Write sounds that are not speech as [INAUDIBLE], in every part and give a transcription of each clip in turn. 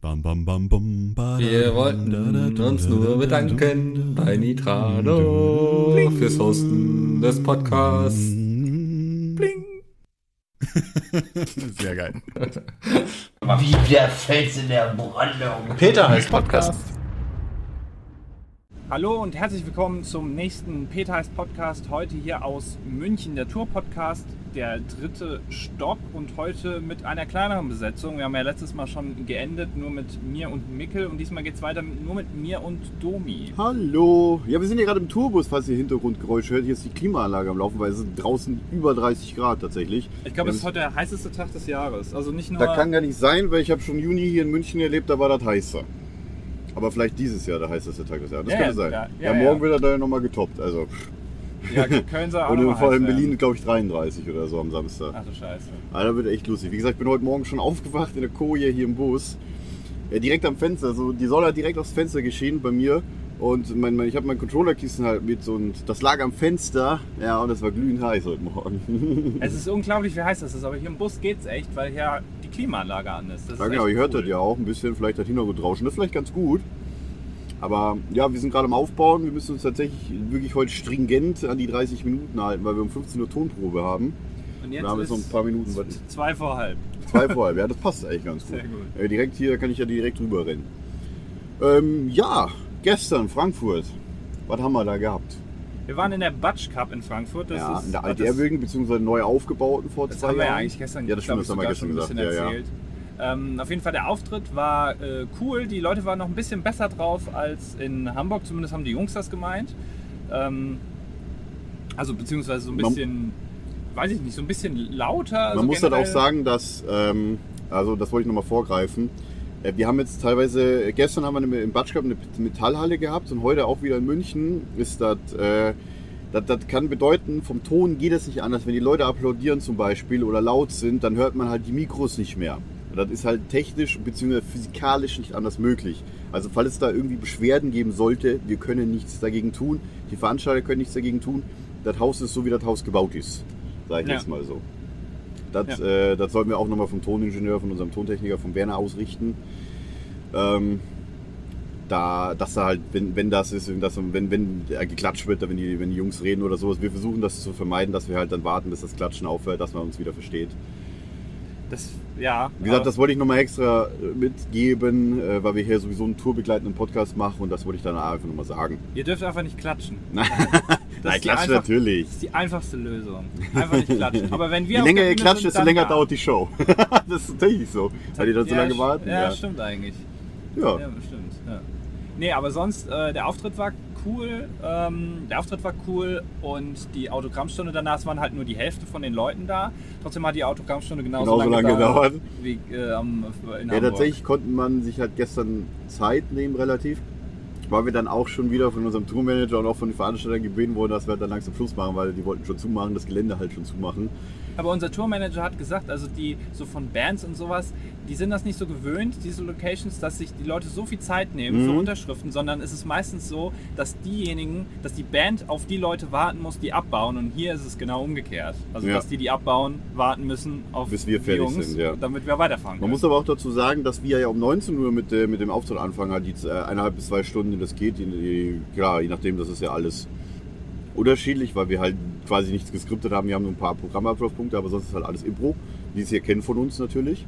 Bam, bam, bam, bam, ba, Wir da, wollten da, da, uns da, da, nur bedanken bei Nitrado fürs Hosten des Podcasts. Bling. Sehr geil. Wie der Fels in der Brandung. Peter heißt Podcast. Hallo und herzlich willkommen zum nächsten Peter heißt Podcast. Heute hier aus München, der Tour-Podcast, der dritte Stock und heute mit einer kleineren Besetzung. Wir haben ja letztes Mal schon geendet, nur mit mir und Mickel und diesmal geht es weiter mit, nur mit mir und Domi. Hallo. Ja, wir sind hier gerade im Tourbus, falls ihr Hintergrundgeräusche hört. Hier ist die Klimaanlage am Laufen, weil es sind draußen über 30 Grad tatsächlich. Ich glaube, es ist heute der heißeste Tag des Jahres. Also nicht nur. Da kann gar nicht sein, weil ich habe schon Juni hier in München erlebt, da war das heißer. Aber vielleicht dieses Jahr der heißeste Tag des Jahres. Das Ja, kann ja, sein. ja, Ja, ja, morgen ja. wird er da ja nochmal getoppt. Also. ja, [LAUGHS] Köln soll auch noch Und mal vor allem heiß werden. Berlin, glaube ich, 33 oder so am Samstag. Ach du Scheiße. Ah, da wird echt lustig. Wie gesagt, ich bin heute Morgen schon [LAUGHS] aufgewacht in der Koje hier im Bus. Ja, direkt am Fenster. Also die Säule hat direkt aufs Fenster geschehen bei mir. Und mein, mein, ich habe mein Controllerkissen halt mit so und das lag am Fenster. Ja, und das war glühend heiß heute Morgen. [LAUGHS] Es ist unglaublich, wie heiß das ist, aber hier im Bus geht's echt, weil hier die Klimaanlage an ist. Das ja, ist genau, echt ihr hört cool. das ja auch ein bisschen. Vielleicht hat Hintergrundrauschen. Das ist vielleicht ganz gut. Aber ja, wir sind gerade am Aufbauen. Wir müssen uns tatsächlich wirklich heute stringent an die 30 Minuten halten, weil wir um 15 Uhr Tonprobe haben. Und jetzt wir haben jetzt noch ein ist paar Minuten. was- zwei vor halb. Zwei vor halb. Ja, das passt eigentlich ganz gut. Sehr gut. Äh, direkt hier kann ich ja direkt drüber rennen. Ähm, ja, gestern Frankfurt. Was haben wir da gehabt? Wir waren in der Batsch Cup in Frankfurt. Das ja, ist, in der das- Altehrwürgen bzw. neu aufgebauten vor Das zwei haben wir Jahren. ja eigentlich gestern, Ja, das stimmt, glaub das haben wir sogar gestern schon gesagt. ein bisschen Ja, ja. erzählt. Ähm, auf jeden Fall, der Auftritt war äh, cool. Die Leute waren noch ein bisschen besser drauf als in Hamburg. Zumindest haben die Jungs das gemeint. Ähm, also beziehungsweise so ein Man- bisschen, weiß ich nicht, so ein bisschen lauter. also Man muss halt auch generell- sagen, dass, ähm, also das wollte ich nochmal vorgreifen. Äh, Wir haben jetzt teilweise, äh, gestern haben wir eine- im Batschkap eine Metallhalle gehabt und heute auch wieder in München ist das, äh, das, das kann bedeuten, vom Ton geht es nicht anders. Wenn die Leute applaudieren zum Beispiel oder laut sind, dann hört man halt die Mikros nicht mehr. Und Das ist halt technisch bzw. physikalisch nicht anders möglich. Also falls es da irgendwie Beschwerden geben sollte, wir können nichts dagegen tun. Die Veranstalter können nichts dagegen tun. Das Haus ist so, wie das Haus gebaut ist. Sag ich Ja. jetzt mal so. Das, äh, das sollten wir auch nochmal vom Toningenieur, von unserem Tontechniker, von Werner ausrichten. Ähm, da, dass da halt, wenn, wenn das ist, wenn, das, wenn, wenn äh, geklatscht wird, wenn die, wenn die Jungs reden oder sowas, wir versuchen das zu vermeiden, dass wir halt dann warten, bis das Klatschen aufhört, dass man uns wieder versteht. Das, ja, Wie gesagt, aber- das wollte ich nochmal extra äh, mitgeben, äh, weil wir hier sowieso einen tourbegleitenden Podcast machen und das wollte ich dann einfach nochmal sagen. ihr dürft einfach nicht klatschen. [LAUGHS] Nein, Nein, Das ist die klatschen einfach- natürlich. Das ist die einfachste Lösung. Einfach [LAUGHS] nicht klatschen. Aber wenn wir Je auf länger der ihr Bühne klatscht, sind, desto dann länger ja. dauert die Show. [LAUGHS] das ist tatsächlich so, weil die dann so Ja, lange st- warten. Ja, Ja, stimmt eigentlich. ja. Ja, stimmt. Ja. Nee, aber sonst, äh, der Auftritt war cool. Ähm, der Auftritt war cool und die Autogrammstunde danach es waren halt nur die Hälfte von den Leuten da. Trotzdem hat die Autogrammstunde genauso, Genauso lange lange gedauert. wie äh, am, in Ja, Hamburg. tatsächlich konnte man sich halt gestern Zeit nehmen, relativ. Weil wir dann auch schon wieder von unserem Tourmanager und auch von den Veranstaltern gebeten wurden, dass wir halt dann langsam Schluss machen, weil die wollten schon zumachen, das Gelände halt schon zumachen. Aber unser Tourmanager hat gesagt, also die so von Bands und sowas, die sind das nicht so gewöhnt, diese Locations, dass sich die Leute so viel Zeit nehmen für Mhm. Unterschriften, sondern es ist meistens so, dass diejenigen, dass die Band auf die Leute warten muss, die abbauen. Und hier ist es genau umgekehrt. Also Ja. dass die, die abbauen, warten müssen auf Bis wir die fertig Jungs, sind, ja. damit wir weiterfahren Man können. muss aber auch dazu sagen, dass wir ja um 19 Uhr mit, äh, mit dem Auftritt anfangen, halt die z- äh, eineinhalb bis zwei Stunden, das geht, die- die- klar, je nachdem, das ist ja alles unterschiedlich, weil wir halt quasi nichts geskriptet haben. Wir haben nur ein paar Programmablaufpunkte, aber sonst ist halt alles Impro, die es hier kennen von uns natürlich.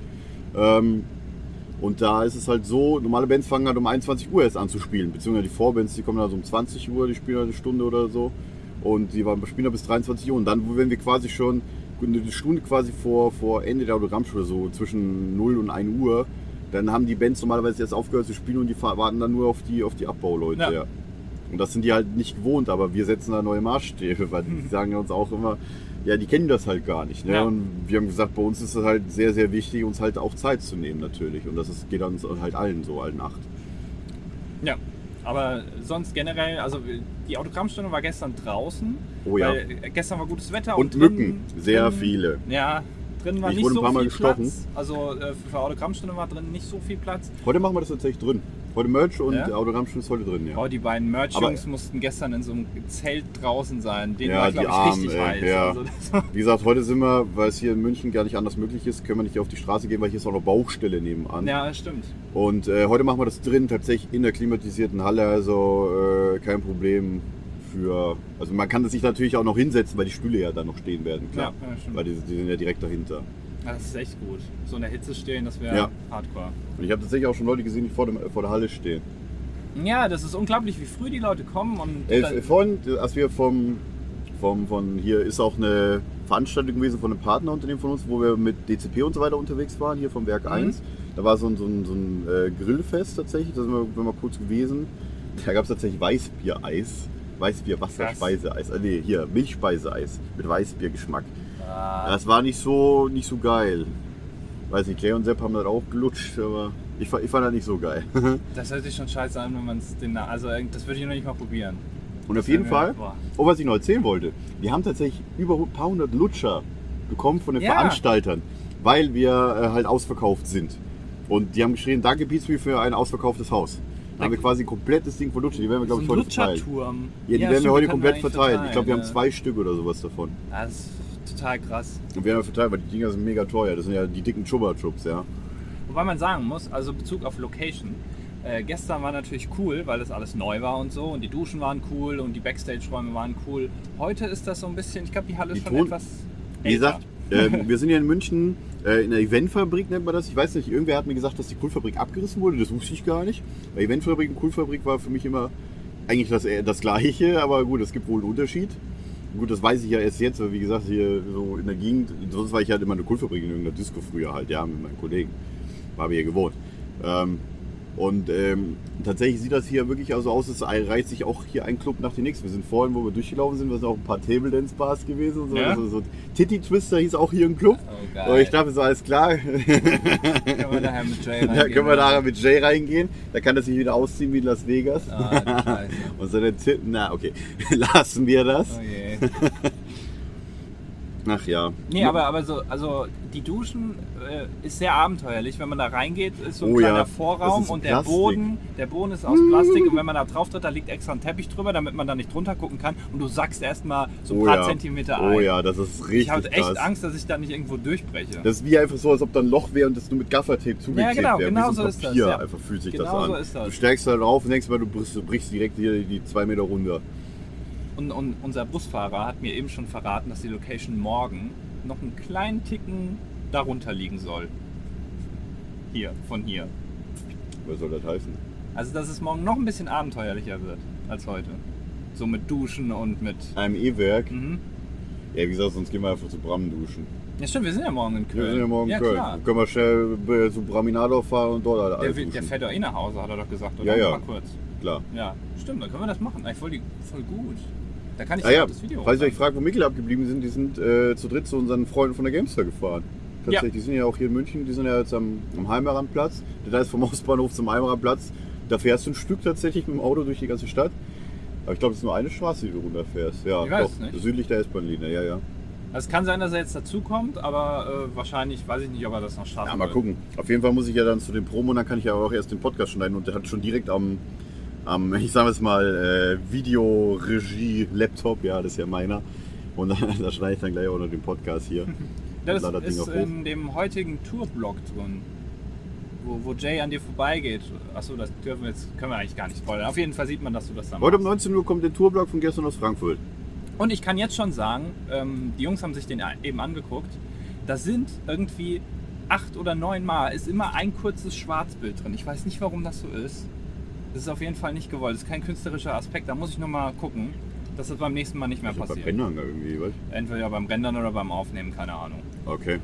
Ähm, und da ist es halt so, normale Bands fangen halt um 21 Uhr erst an zu spielen, beziehungsweise die Vorbands, die kommen halt um 20 Uhr, die spielen halt eine Stunde oder so. Und die waren, spielen da bis 23 Uhr. Und dann, wenn wir quasi schon eine Stunde quasi vor, vor Ende der Autogrammstunde, so zwischen 0 und 1 Uhr, dann haben die Bands normalerweise erst aufgehört zu spielen und die fahr- warten dann nur auf die, auf die Abbauleute. Ja. Ja. Und das sind die halt nicht gewohnt, aber wir setzen da neue Maßstäbe, weil die sagen ja uns auch immer, ja, die kennen das halt gar nicht. Ne? Mhm. Ja. Und wir haben gesagt, bei uns ist es halt sehr, sehr wichtig, uns halt auch Zeit zu nehmen natürlich. Und das ist, geht uns halt allen so, allen acht. Ja, aber sonst generell, also die Autogrammstunde war gestern draußen. Oh ja. Weil äh, gestern war gutes Wetter. Und drinnen- Mücken, sehr drinnen- viele. Ja, drin war Ich nicht wurde ein so paar Mal viel gestochen. Platz. Also äh, für Autogrammstunde war drin nicht so viel Platz. Heute machen wir das tatsächlich drin. Heute Merch und Ja? Autogrammstunde ist heute drin, ja. Oh, die beiden Merch-Jungs Aber- mussten gestern in so einem Zelt draußen sein. Den Ja, war, die glaube ich, Armen, richtig ey, heiß. ja. Also das war Wie gesagt, heute sind wir, weil es hier in München gar nicht anders möglich ist, können wir nicht auf die Straße gehen, weil hier ist auch noch Baustelle nebenan. ja, stimmt. Und äh, heute machen wir das drin, tatsächlich in der klimatisierten Halle, also äh, kein Problem für. Also man kann das sich natürlich auch noch hinsetzen, weil die Stühle ja dann noch stehen werden, Ja, klar. ja, stimmt. Weil die, die sind ja direkt dahinter. Ja, Das ist echt gut. So in der Hitze stehen, das wäre Ja. hardcore. Und ich habe tatsächlich auch schon Leute gesehen, die vor, dem, vor der Halle stehen. Ja, das ist unglaublich, wie früh die Leute kommen und Äh, dann- f- vorhin, äh, als wir vom, vom, von hier ist auch eine Veranstaltung gewesen von einem Partnerunternehmen von uns, wo wir mit DCP und so weiter unterwegs waren, hier vom Werk 1. Da war so ein, so ein, so ein äh, Grillfest tatsächlich, da sind wir, wir mal kurz gewesen. Da gab es tatsächlich Weißbiereis. Weißbier, Wasser, Krass. Speiseeis. Ah, nee, hier, Milchspeiseeis mit Weißbiergeschmack. Ah, Das war nicht so, nicht so geil. Weiß nicht, Claire und Sepp haben das auch gelutscht, aber ich, fa- ich fand das nicht so geil. [LAUGHS] das hört sich schon scheiße an, wenn man es den. Also, äh, das würde ich noch nicht mal probieren. Und auf Das jeden wär mir- Fall boah. Oh, was ich noch erzählen wollte. Wir haben tatsächlich über ein paar hundert Lutscher bekommen von den Ja. Veranstaltern, weil wir äh, halt ausverkauft sind. Und die haben geschrien, danke Pizza für ein ausverkauftes Haus. Da haben wir quasi ein komplettes Ding von Lutscher. Die werden wir, So glaube ich, ein heute verteilen. Lutscherturm. Ja, die werden wir stimmt, heute kann man komplett eigentlich verteilen. Ich glaube, wir haben ja. zwei Stück oder sowas davon. Das ist total krass. Und werden wir verteilen, weil die Dinger sind mega teuer. Das sind ja die dicken Chuba Chups, ja. Wobei man sagen muss, also in Bezug auf Location. Äh, gestern war natürlich cool, weil das alles neu war und so und die Duschen waren cool und die Backstage-Räume waren cool. Heute ist das so ein bisschen, ich glaube, die Halle ist Die schon Ton- etwas. Wie [LAUGHS] älter. gesagt, ähm, wir sind ja in München äh, in der Eventfabrik, nennt man das. Ich weiß nicht, irgendwer hat mir gesagt, dass die Kohlfabrik abgerissen wurde. Das wusste ich gar nicht. Weil Eventfabrik und Kohlfabrik war für mich immer eigentlich das, äh, das Gleiche. Aber gut, es gibt wohl einen Unterschied. Gut, das weiß ich ja erst jetzt, weil wie gesagt, hier so in der Gegend, sonst war ich halt immer eine Kohlfabrik in irgendeiner Disco früher halt, ja, mit meinen Kollegen. War mir hier gewohnt. Ähm, und ähm, tatsächlich sieht das hier wirklich also aus, es reiht sich auch hier ein Club nach dem nächsten. Wir sind vorhin, wo wir durchgelaufen sind, wir sind auch ein paar Table Dance Bars gewesen. Und so. Ja? Also, so Titty Twister hieß auch hier ein Club. Oh, Und geil. ich dachte so, alles klar, können wir nachher mit Jay [LAUGHS] da reingehen, können wir oder? nachher mit Jay reingehen. Da kann das sich wieder ausziehen wie in Las Vegas. Ah, die Scheiße. Und so der Tipp, na okay, [LAUGHS] lassen wir das. Oh je. Ach ja. Nee, aber, aber so, also die Duschen äh, ist sehr abenteuerlich. Wenn man da reingeht, ist so ein Oh ja, kleiner das Vorraum ist und der Plastik. Boden, der Boden ist aus Plastik und wenn man da drauf tritt, da liegt extra ein Teppich drüber, damit man da nicht drunter gucken kann und du sackst erstmal so ein oh paar ja. Zentimeter ein. Oh ja, das ist richtig ich habe echt krass. Angst, dass ich da nicht irgendwo durchbreche. Das ist wie einfach so, als ob da ein Loch wäre und das nur mit Gaffertape zugeklebt genau, wäre. genau wie so, so ein ist das, Papier. ja. Einfach fühlt sich Genau das an. so ist das. Du steigst da drauf und denkst mal, du brichst, du brichst direkt hier die zwei Meter runter. Und, und unser Busfahrer hat mir eben schon verraten, dass die Location morgen noch einen kleinen Ticken darunter liegen soll. Hier, von hier. Was soll das heißen? Also dass es morgen noch ein bisschen abenteuerlicher wird als heute. So mit Duschen und mit. Einem E-Werk. Mhm. Ja, wie gesagt, sonst gehen wir einfach zu Bram duschen. Ja stimmt, wir sind ja morgen in Köln. Wir sind ja morgen in Köln. Klar. Dann können wir schnell äh, zu Braminador fahren und dort alle Der, alle will- der duschen. fährt doch eh nach Hause, hat er doch gesagt, oder? Ja, ja. Mal kurz. Klar. Ja, stimmt, dann können wir das machen. Eigentlich voll, die, voll gut. Da kann ich Ah ja, auch das Video falls ihr euch hochladen. fragt, wo Mikkel abgeblieben sind, die sind äh, zu dritt zu unseren Freunden von der Gamester gefahren. Tatsächlich, die sind ja auch hier in München, die sind ja jetzt am, am Heimeranplatz. Das heißt, vom [LAUGHS] Ostbahnhof zum Heimeranplatz, da fährst du ein Stück tatsächlich mit dem Auto durch die ganze Stadt. Aber ich glaube, es ist nur eine Straße, die du runterfährst. Ja, Ich weiß doch, nicht. südlich der S-Bahn-Linie, ja, ja. Also, Es kann sein, dass er jetzt dazukommt, aber äh, wahrscheinlich weiß ich nicht, ob er das noch schafft. Ja, mal gucken. Auf jeden Fall muss ich ja dann zu dem Promo und dann kann ich ja auch erst den Podcast schneiden und der hat schon direkt am, am [LAUGHS] ich sage es mal, äh, Videoregie-Laptop, ja, das ist ja meiner. Und [LAUGHS] da, da schneide ich dann gleich auch noch den Podcast hier. Das Lad Ding ist auch hoch. in dem heutigen Tourblog drin, wo, wo Jay an dir vorbeigeht. Achso, das dürfen wir jetzt, können wir eigentlich gar nicht spoilern. Auf jeden Fall sieht man, dass du das dann Heute um machst. 19 Uhr kommt der Tourblock von gestern aus Frankfurt. Und ich kann jetzt schon sagen, ähm, die Jungs haben sich den eben angeguckt. Da sind irgendwie acht oder neun Mal ist immer ein kurzes Schwarzbild drin. Ich weiß nicht, warum das so ist. Das ist auf jeden Fall nicht gewollt. Das ist kein künstlerischer Aspekt. Da muss ich nochmal gucken, dass das beim nächsten Mal nicht mehr Ich hab Also bei passiert. Bändern irgendwie, was? Entweder beim Rendern oder beim Aufnehmen, keine Ahnung. Okay.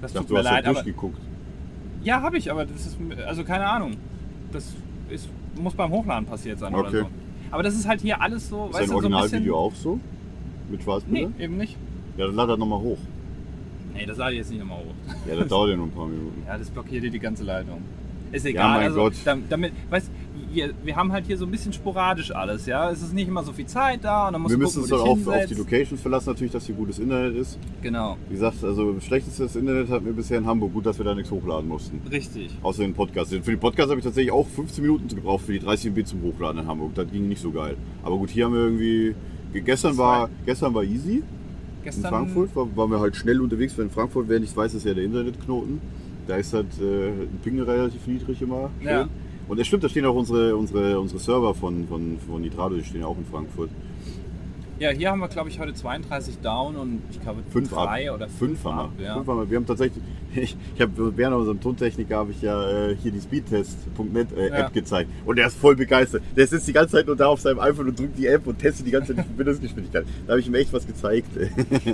Das Ich dachte, tut du mir hast leid, da aber durchgeguckt. Ja, habe ich, aber das ist, also keine Ahnung. Das ist, muss beim Hochladen passiert sein oder Okay. so. Aber das ist halt hier alles so, Ist dein weißt du, so ein bisschen... Originalvideo auch so? Mit Nee, Schwarzbildern? eben nicht. Ja, dann lad das nochmal hoch. Nee, das lade ich jetzt nicht nochmal hoch. [LAUGHS] Ja, das dauert ja nur ein paar Minuten. Ja, das blockiert dir die ganze Leitung. Ist egal. mein also, Gott. dam- Damit, weißt, wir, wir haben halt hier so ein bisschen sporadisch alles, ja. Es ist nicht immer so viel Zeit da und dann musst Wir du müssen uns gucken, wo auch du auf, dich auf die hinsetzt. Locations verlassen, natürlich, dass hier gutes Internet ist. Genau, Wie gesagt, also schlechtestes Internet hatten wir bisher in Hamburg. Gut, dass wir da nichts hochladen mussten. richtig. Außer den Podcast. Für den Podcast habe ich tatsächlich auch 15 Minuten gebraucht für die 30 MB zum Hochladen in Hamburg. Das ging nicht so geil. Aber gut, hier haben wir irgendwie. ge- Gestern war, gestern war easy. In Gestern Frankfurt war- waren wir halt schnell unterwegs, weil in Frankfurt, wer nicht weiß, ist ja der Internetknoten. Da ist halt äh, ein Ping relativ niedrig immer. Schön. Ja. Und das stimmt, da stehen auch unsere, unsere, unsere Server von, von, von Nitrado, die stehen ja auch in Frankfurt. Ja, hier haben wir, glaube ich, heute 32 down und ich glaube Fünf ab. drei oder fünf, Fünf haben wir. ab. Ja. Fünf haben wir. wir haben tatsächlich, [LAUGHS] ich, ich habe während unserem Tontechniker habe ich ja äh, hier die Speedtest.net äh, Ja. App gezeigt und der ist voll begeistert. Der sitzt die ganze Zeit nur da auf seinem iPhone und drückt die App und testet die ganze Zeit die [LAUGHS] Verbindungsgeschwindigkeit. Da habe ich ihm echt was gezeigt. [LAUGHS]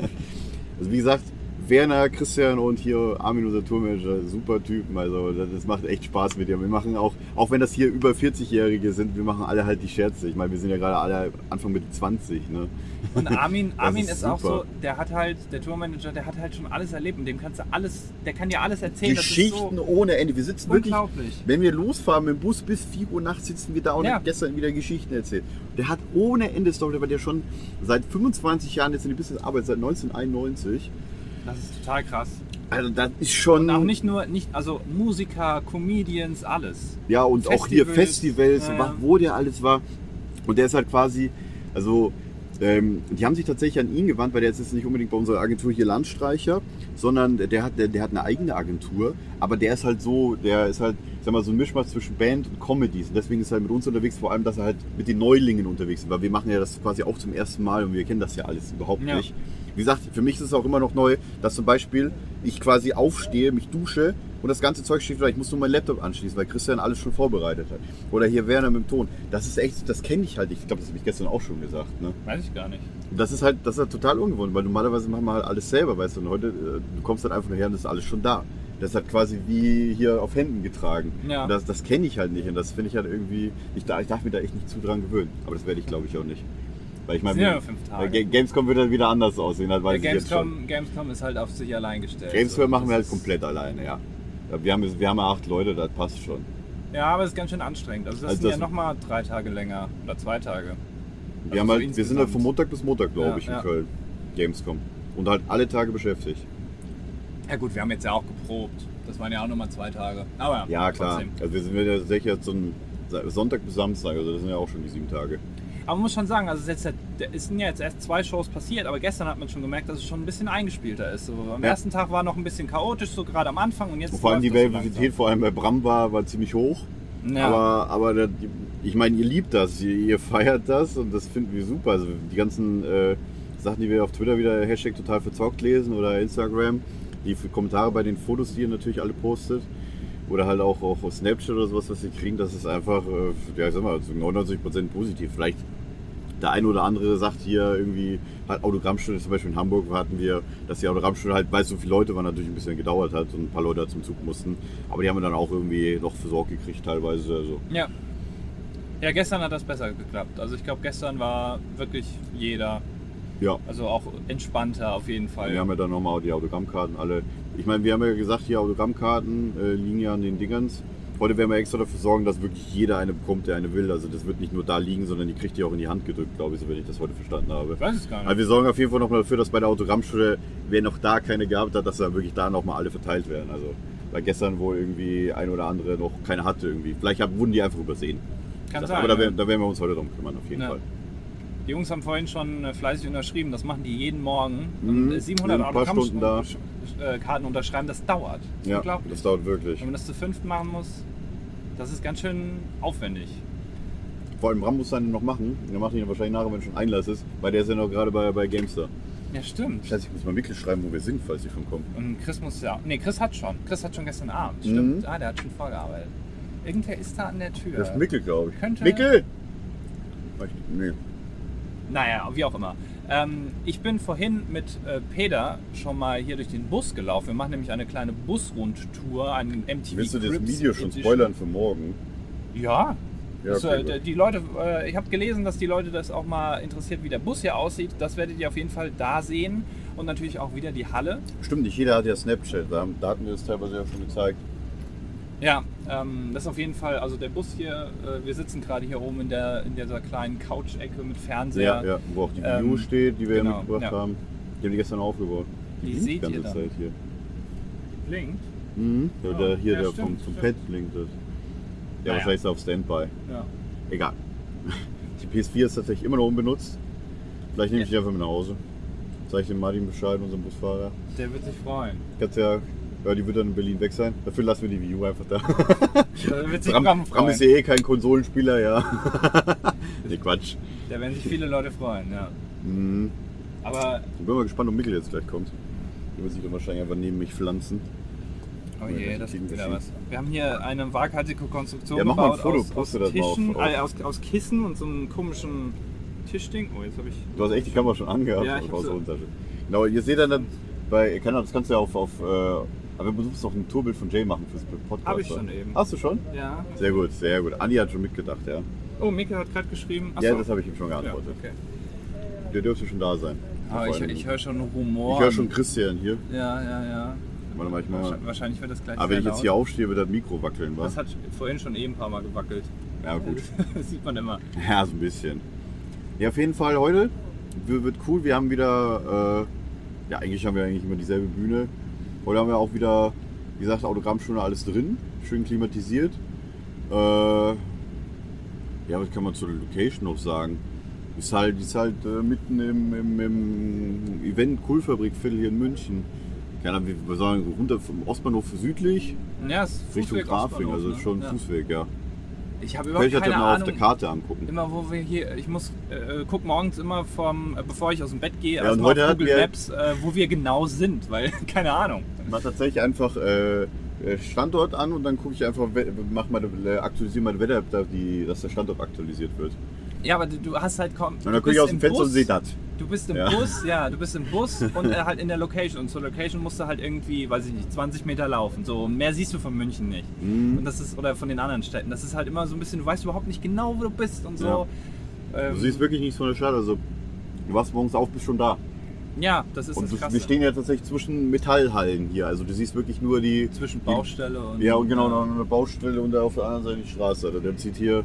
also wie gesagt, Werner, Christian und hier Armin, unser Tourmanager, super Typen. Also das, das macht echt Spaß mit dir. Wir machen auch, auch wenn das hier über 40-Jährige sind, wir machen alle halt die Scherze. Ich meine, wir sind ja gerade alle Anfang mit 20. Ne? Und Armin, Armin ist, ist auch super. so, der hat halt, der Tourmanager, der hat halt schon alles erlebt und dem kannst du alles, der kann dir alles erzählen. Geschichten Das ohne Ende. Wir sitzen ist so wirklich unglaublich. Wenn wir losfahren mit dem Bus bis 4 Uhr nachts sitzen wir da und Ja. hat gestern wieder Geschichten erzählt. Der hat ohne Ende Story, weil der schon seit 25 Jahren jetzt in der Businessarbeit, seit 1991. Das ist total krass. Also das ist schon Und auch nicht nur, nicht, also Musiker, Comedians, alles. ja und auch hier Festivals. Festivals, Ja, wa- ja. wo der alles war. Und der ist halt quasi, also ähm, die haben sich tatsächlich an ihn gewandt, weil der ist jetzt nicht unbedingt bei unserer Agentur hier Landstreicher, sondern der hat, der, der hat eine eigene Agentur, aber der ist halt so, der ist halt, ich sag mal, so ein Mischmasch zwischen Band und Comedies. Und deswegen ist er halt mit uns unterwegs, vor allem, dass er halt mit den Neulingen unterwegs ist, weil wir machen ja das quasi auch zum ersten Mal und wir kennen das ja alles überhaupt Ja. nicht. Wie gesagt, für mich ist es auch immer noch neu, dass zum Beispiel ich quasi aufstehe, mich dusche und das ganze Zeug steht da. Ich muss nur meinen Laptop anschließen, weil Christian alles schon vorbereitet hat. Oder hier Werner mit dem Ton. Das ist echt, das kenne ich halt nicht. Ich glaube, das habe ich gestern auch schon gesagt. Ne? Weiß ich gar nicht. Und Das ist halt, das ist halt total ungewohnt, weil normalerweise machen wir halt alles selber, weißt du. Und heute, äh, du kommst halt einfach nur her und das ist alles schon da. Das ist halt quasi wie hier auf Händen getragen. Ja. Und das das kenne ich halt nicht und das finde ich halt irgendwie, ich, darf- ich darf mich da echt nicht zu dran gewöhnen. Aber das werde ich glaube ich auch nicht. Weil ich meine, Sind ja wir- nur fünf Tage. äh, Ga- Gamescom wird dann wieder anders aussehen, das Der weiß ich jetzt schon. Gamescom, Gamescom ist halt auf sich allein gestellt. Gamescom So, machen wir halt das ist- komplett alleine, ja. Ja, Wir haben, wir haben ja acht Leute, das passt schon. Ja, aber es ist ganz schön anstrengend. Also das Also sind ja das- nochmal drei Tage länger oder zwei Tage. Wir, Also haben so halt, wir sind halt insgesamt. von Montag bis Montag, glaube Ja, ich, in ja. Köln. Gamescom. Und halt alle Tage beschäftigt. Ja gut, wir haben jetzt ja auch geprobt. Das waren ja auch nochmal zwei Tage. Aber Ja, klar. trotzdem. Also wir sind ja sicher jetzt so ein Sonntag bis Samstag, also das sind ja auch schon die sieben Tage. Aber man muss schon sagen, also es ist, jetzt, der- es sind ja jetzt erst zwei Shows passiert, aber gestern hat man schon gemerkt, dass es schon ein bisschen eingespielter ist. So, am Ja. ersten Tag war noch ein bisschen chaotisch, so gerade am Anfang und jetzt. Und vor allem die läuft das so Velvetität, vor allem bei Bram war, war ziemlich hoch. langsam. Ja. Aber, aber da- ich meine, ihr liebt das, ihr, ihr feiert das und das finden wir super. Also die ganzen äh, Sachen, die wir auf Twitter wieder Hashtag total verzockt lesen oder Instagram, die F- Kommentare bei den Fotos, die ihr natürlich alle postet. Oder halt auch, auch auf Snapchat oder sowas, was wir kriegen, das ist einfach, äh, ja ich sag mal, zu 99% positiv. Vielleicht der eine oder andere sagt hier irgendwie, halt Autogrammstunde, zum Beispiel in Hamburg hatten wir, dass die Autogrammstunde halt, weil es so viele Leute waren, natürlich ein bisschen gedauert hat und ein paar Leute zum Zug mussten. Aber die haben wir dann auch irgendwie noch versorgt gekriegt teilweise. Also ja. Ja, gestern hat das besser geklappt. Also ich glaube, gestern war wirklich jeder, ja, also auch entspannter auf jeden Fall. wir haben ja dann nochmal die Autogrammkarten alle. Ich meine, wir haben ja gesagt, hier Autogrammkarten äh, liegen ja an den Dingerns. Heute werden wir extra dafür sorgen, dass wirklich jeder eine bekommt, der eine will. Also das wird nicht nur da liegen, sondern die kriegt ihr auch in die Hand gedrückt, glaube ich, so wenn ich das heute verstanden habe. Ich weiß es gar nicht. Also wir sorgen auf jeden Fall nochmal dafür, dass bei der Autogrammstunde, wer noch da keine gehabt hat, dass dann wirklich da nochmal alle verteilt werden. Also, weil gestern wohl irgendwie ein oder andere noch keine hatte irgendwie. Vielleicht haben- wurden die einfach übersehen. Kann Das- sein. Aber da ja. werden, da werden wir uns heute drum kümmern, auf jeden Ja. Fall. Die Jungs haben vorhin schon äh, fleißig unterschrieben, das machen die jeden Morgen. Mhm. Und äh, 700 Ein paar Stunden da. Autogrammkarten äh, unterschreiben, das dauert. Das ist Ja, unglaublich. das dauert wirklich. Wenn man das zu fünft machen muss, das ist ganz schön aufwendig. Vor allem Bram muss seine noch machen. Der macht ihn ja wahrscheinlich nachher, wenn schon Einlass ist, weil der ist ja noch gerade bei, bei Gamestar. Ja, stimmt. Scheiße, ich muss mal Mikkel schreiben, wo wir sind, falls die schon kommen. Und Chris muss ja. Nee, Chris hat schon. Chris hat schon gestern Abend. Mhm. Stimmt. Ah, der hat schon vorgearbeitet. Irgendwer ist da an der Tür. Das ist Mikkel, glaube ich. Könnte- Mikkel! Nee. Naja, wie auch immer. Ähm, ich bin vorhin mit äh, Peter schon mal hier durch den Bus gelaufen. Wir machen nämlich eine kleine Busrundtour, einen MTV. Willst du das Crips Video schon Edition. spoilern für morgen? Ja. Ja, das, okay, äh, gut. die Leute, äh, ich habe gelesen, dass die Leute das auch mal interessiert, wie der Bus hier aussieht. Das werdet ihr auf jeden Fall da sehen. Und natürlich auch wieder die Halle. Stimmt, nicht jeder hat ja Snapchat. Da, haben- da hatten wir es teilweise ja schon gezeigt. Ja, Ähm, das ist auf jeden Fall, also der Bus hier, äh, wir sitzen gerade hier oben in, der, in dieser kleinen Couch-Ecke mit Fernseher. Ja, ja, wo auch die ähm, View steht, die wir genau, mitgebracht ja. haben. Die haben die gestern aufgebaut. Die blinkt seht die ihr ganze da. Zeit hier. Blinkt. Mhm. Ja, Ja, der, hier, ja, der stimmt, vom, vom stimmt. Pad blinkt das. Ja, Naja. wahrscheinlich ist er auf Standby. Ja. Egal. Die PS4 ist tatsächlich immer noch unbenutzt. Vielleicht nehme ich die einfach mit nach Hause. Zeige ich dem Martin Bescheid, unserem Busfahrer. Der wird sich freuen. Kannst ja, ja, die wird dann in Berlin weg sein. Dafür lassen wir die Wii U einfach da. [LAUGHS] Der wird sich Bram, Bram Bram freuen. ist ja eh kein Konsolenspieler, ja. [LAUGHS] nee, Quatsch. Da werden sich viele Leute freuen, ja. Mhm. Aber, Ich bin mal gespannt, ob Mikkel jetzt gleich kommt. Der wird sich dann wahrscheinlich einfach neben mich pflanzen. oh Ja, je, das das kriegen ist wir wieder hin. was. Wir haben hier eine waghalsige Konstruktion Ja, mach mal ein gebaut Foto, aus, aus, poste das mal auf- Tischen, auf- äh, aus, aus Kissen und so einem komischen Tischding. Oh, jetzt habe ich... Du hast echt die Kamera schon angehabt. Ja, ich hab aus der sie. Hosentasche. Genau, ihr seht dann, dann bei, ihr kennt das kannst du ja auf, auf äh, aber du musst noch ein Tourbild von Jay machen fürs Podcast. Hab ich schon oder? eben. Hast du schon? Ja. Sehr gut, sehr gut. Andi hat schon mitgedacht, ja. Oh, Mika hat gerade geschrieben. Ach Ja, so. das habe ich ihm schon ja, geantwortet. okay. Der dürfte schon da sein. Aber ich, ich höre schon Rumor. Ich höre schon Christian hier. Ja, ja, ja. Warte mal, ich mach mal. Wahrscheinlich- Wahrscheinlich wird das gleich Aber wenn sehr ich jetzt laut. hier aufstehe, wird das Mikro wackeln, was? Das hat vorhin schon eben ein paar Mal gewackelt. [LAUGHS] Ja, gut. Das sieht man immer. [LAUGHS] Ja, so ein bisschen. Ja, auf jeden Fall heute w- wird cool. Wir haben wieder, äh, ja, eigentlich haben wir eigentlich immer dieselbe Bühne. Heute haben wir auch wieder, wie gesagt, Autogrammstunde alles drin, schön klimatisiert. Äh, ja, was kann man zur Location noch sagen? Ist halt, ist halt äh, mitten im, im, im Event Coolfabrikviertel hier in München. Keine Ahnung, wir sagen runter vom Ostbahnhof südlich Ja, es ist Richtung Fußweg Grafing, Ostbahnhof, also ne? schon ja. Fußweg, ja. Ich habe überhaupt Vielleicht hat keine er mal auf der Ahnung. Karte angucken. Immer wo wir hier, ich muss äh, guck morgens immer vom, äh, bevor ich aus dem Bett gehe, Ja, erst und mal heute auf hatten Google wir- Maps, äh, wo wir genau sind, weil [LAUGHS] keine Ahnung. mache tatsächlich einfach äh, Standort an und dann gucke ich einfach, we- mach mal, äh, aktualisiere meine Wetter-App, da die- dass der Standort aktualisiert wird. Und Ja, aber du, du hast halt kaum. Und dann gucke ich aus dem Fenster und sehe das. Du bist im Ja. Bus, ja, du bist im [LAUGHS] Bus und äh, halt in der Location. Und zur Location musst du halt irgendwie, weiß ich nicht, 20 Meter laufen. So mehr siehst du von München nicht. Mhm. Und das ist, oder von den anderen Städten. Das ist halt immer so ein bisschen, du weißt überhaupt nicht genau, wo du bist und so. Ähm, Du siehst wirklich nichts von der Stadt, also du wachst morgens auf, bist schon da. ja, das ist Und das du, Krasse. wir stehen ja tatsächlich zwischen Metallhallen hier, also du siehst wirklich nur die... zwischen Baustelle und. Ja, und genau, noch eine Baustelle und da auf der anderen Seite die Straße. Also der zieht hier,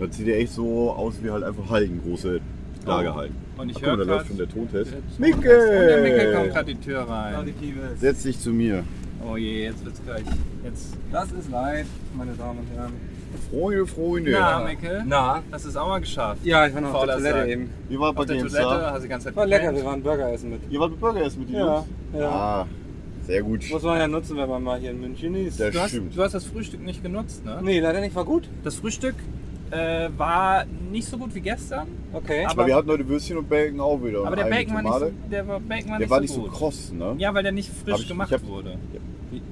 der zieht hier echt so aus wie halt einfach Hallen, große Lagerhallen. Und Oh, genau. Ach, ich guck mal, höre da läuft grad- schon der Tontest. Und der Mickel kommt Mikkel! gerade die Tür rein. Setz dich zu mir. Oh je, jetzt wird's gleich. Jetzt. Das ist live, meine Damen und Herren. Freunde, Freunde. Na, Mickel, Na? hast du es auch mal geschafft? Ja, ich war noch auf der Fauler Toilette Sack. eben. Wie war bei Auf der GameStar? Toilette hast du die ganze Zeit War Oh, lecker, wir gepennt. waren Burger essen mit. Ihr wart mit Burger essen mit den Ja, Jungs? ja. Ah, sehr gut. Muss man ja nutzen, wenn man mal hier in München ist. Das Du hast, stimmt. du hast das Frühstück nicht genutzt, ne? Nee, leider nicht, war gut. Das Frühstück äh, war nicht so gut wie gestern, Okay. Aber- Aber wir hatten heute Würstchen und Bacon auch wieder. und aber der Ei mit Bacon war nicht, Tomate. so- der war, Bacon war Der nicht, war so, nicht so gut. kross, ne? Ja, weil der nicht Hab frisch ich- gemacht ich hab- wurde.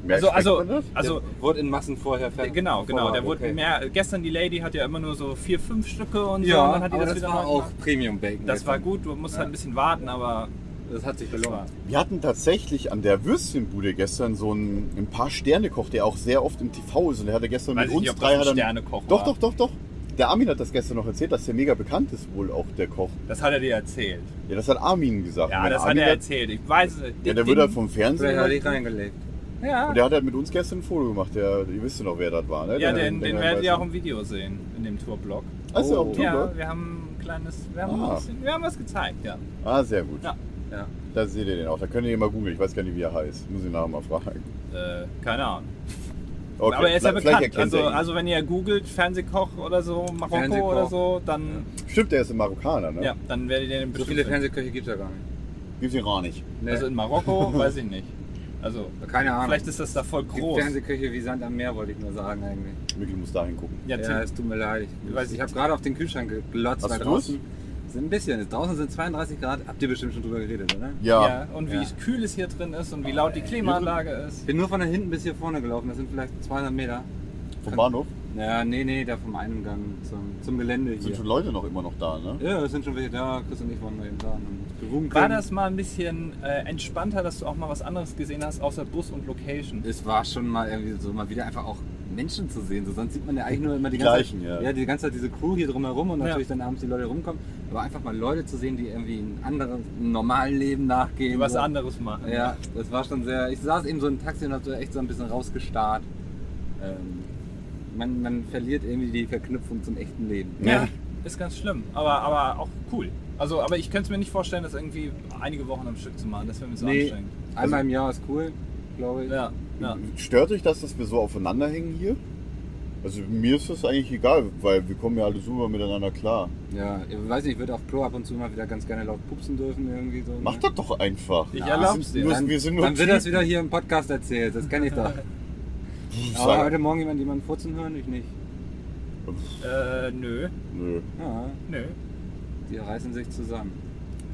Mehr Also, schmeckt also, man das? also Wurde in Massen vorher der, fertig. genau, genau. Der wurde okay. mehr. Gestern die Lady hat ja immer nur so vier, fünf Stücke und so. Ja, Und dann hat die aber das, das wieder war neu auch gemacht. Premium Bacon. Das war gut. Du musst halt ein bisschen warten, aber Das hat sich das war. gelohnt. Wir hatten tatsächlich an der Würstchenbude gestern so einen, ein paar Sternekoch, der auch sehr oft im TV ist. Und der hatte gestern Weiß mit ich uns nicht, ob drei. das ein hat er- Sternekoch Doch, war. doch, doch, doch. Der Armin hat das gestern noch erzählt, dass der mega bekannt ist, wohl auch der Koch. Das hat er dir erzählt. Ja, das hat Armin gesagt. Und Ja, wenn das hat Armin er erzählt. Ich weiß es. Ja, der wird halt vom Fernsehen. Vielleicht hat ich reingelegt. Ja, Und der hat halt mit uns gestern ein Foto gemacht. Der, ihr wisst ja noch, wer das war, ne? ja Der- den, den der- werdet ihr auch im Video sehen, in dem Tourblog. Ach so, auf dem Blog? Ja, wir haben ein kleines, wir haben, Ah. ein bisschen, wir haben was gezeigt, ja. Ah, sehr gut. Ja. Ja. Da seht ihr den auch. Da könnt ihr mal googeln. Ich weiß gar nicht, wie er heißt. Muss ich nachher mal fragen. Äh, keine Ahnung. Okay, aber er ist ja vielleicht- bekannt. vielleicht erkennt Also, er ihn. also wenn ihr googelt Fernsehkoch oder so, Marokko Fernsehkoch. oder so, dann, Stimmt, er ist ein Marokkaner, ne? ja. dann werdet ihr den So bestimmt viele finden. Fernsehköche gibt es ja gar nicht. Gibt's ihn gar nicht. Nee, Also [LAUGHS] in Marokko, weiß ich nicht. Also keine Ahnung. vielleicht ist das da voll Gibt groß. Fernsehköche wie Sand am Meer, wollte ich nur sagen eigentlich. Mikkel muss da hingucken. Ja, Ja, Tim, es tut mir leid. Ich, Weiß weiß, ich. ich habe gerade auf den Kühlschrank geglotzt. Hast weil du draußen sind ein bisschen. Draußen sind 32 Grad. Habt ihr bestimmt schon drüber geredet, oder? ja. Ja. und wie Ja. kühl es hier drin ist und wie laut die Klimaanlage ist. Ich bin nur von da hinten bis hier vorne gelaufen. Das sind vielleicht 200 Meter. Vom Bahnhof Naja, nee, nee, da vom Eingang zum, zum Gelände sind hier. schon Leute noch immer noch da, ne? Ja, es sind schon welche da. Chris und ich waren mal eben da. und haben uns beruhen War können. das mal ein bisschen äh, entspannter, dass du auch mal was anderes gesehen hast, außer Bus und Location? Es war schon mal irgendwie so, mal wieder einfach auch Menschen zu sehen. So, sonst sieht man ja eigentlich nur immer die, Die ganze gleichen, ja. Zeit, ja, die ganze Zeit diese Crew hier drumherum und natürlich dann abends die Leute rumkommen. Aber einfach mal Leute zu sehen, die irgendwie ein anderes, einem normalen Leben nachgehen. Was so. anderes machen. Ja, das war schon sehr. Ich saß eben so im Taxi und hab so echt so ein bisschen rausgestarrt. Ähm, man, man verliert irgendwie die Verknüpfung zum echten Leben. Ja. Ist ganz schlimm, aber, aber auch cool. Also, aber ich könnte es mir nicht vorstellen, das irgendwie einige Wochen am Stück zu machen. Das wäre mir so Nee. anstrengend. Einmal im Jahr ist cool, glaube ich. also Ja, ja. Stört euch das, dass wir so aufeinander hängen hier? Also mir ist das eigentlich egal, weil wir kommen ja alle super miteinander klar. Mhm. Ja, ich weiß nicht, ich würde auf Pro ab und zu mal wieder ganz gerne laut pupsen dürfen irgendwie so. Mach das doch einfach. Ich Wir erlaub's sind dir. nur- Dann, wir sind nur dann wird das Typen. wieder hier im Podcast erzählt, das kann ich [LAUGHS] doch. Aber heute Morgen jemand jemanden furzen hören? Ich nicht. Äh, nö, Nö. Ja, nö. die reißen sich zusammen.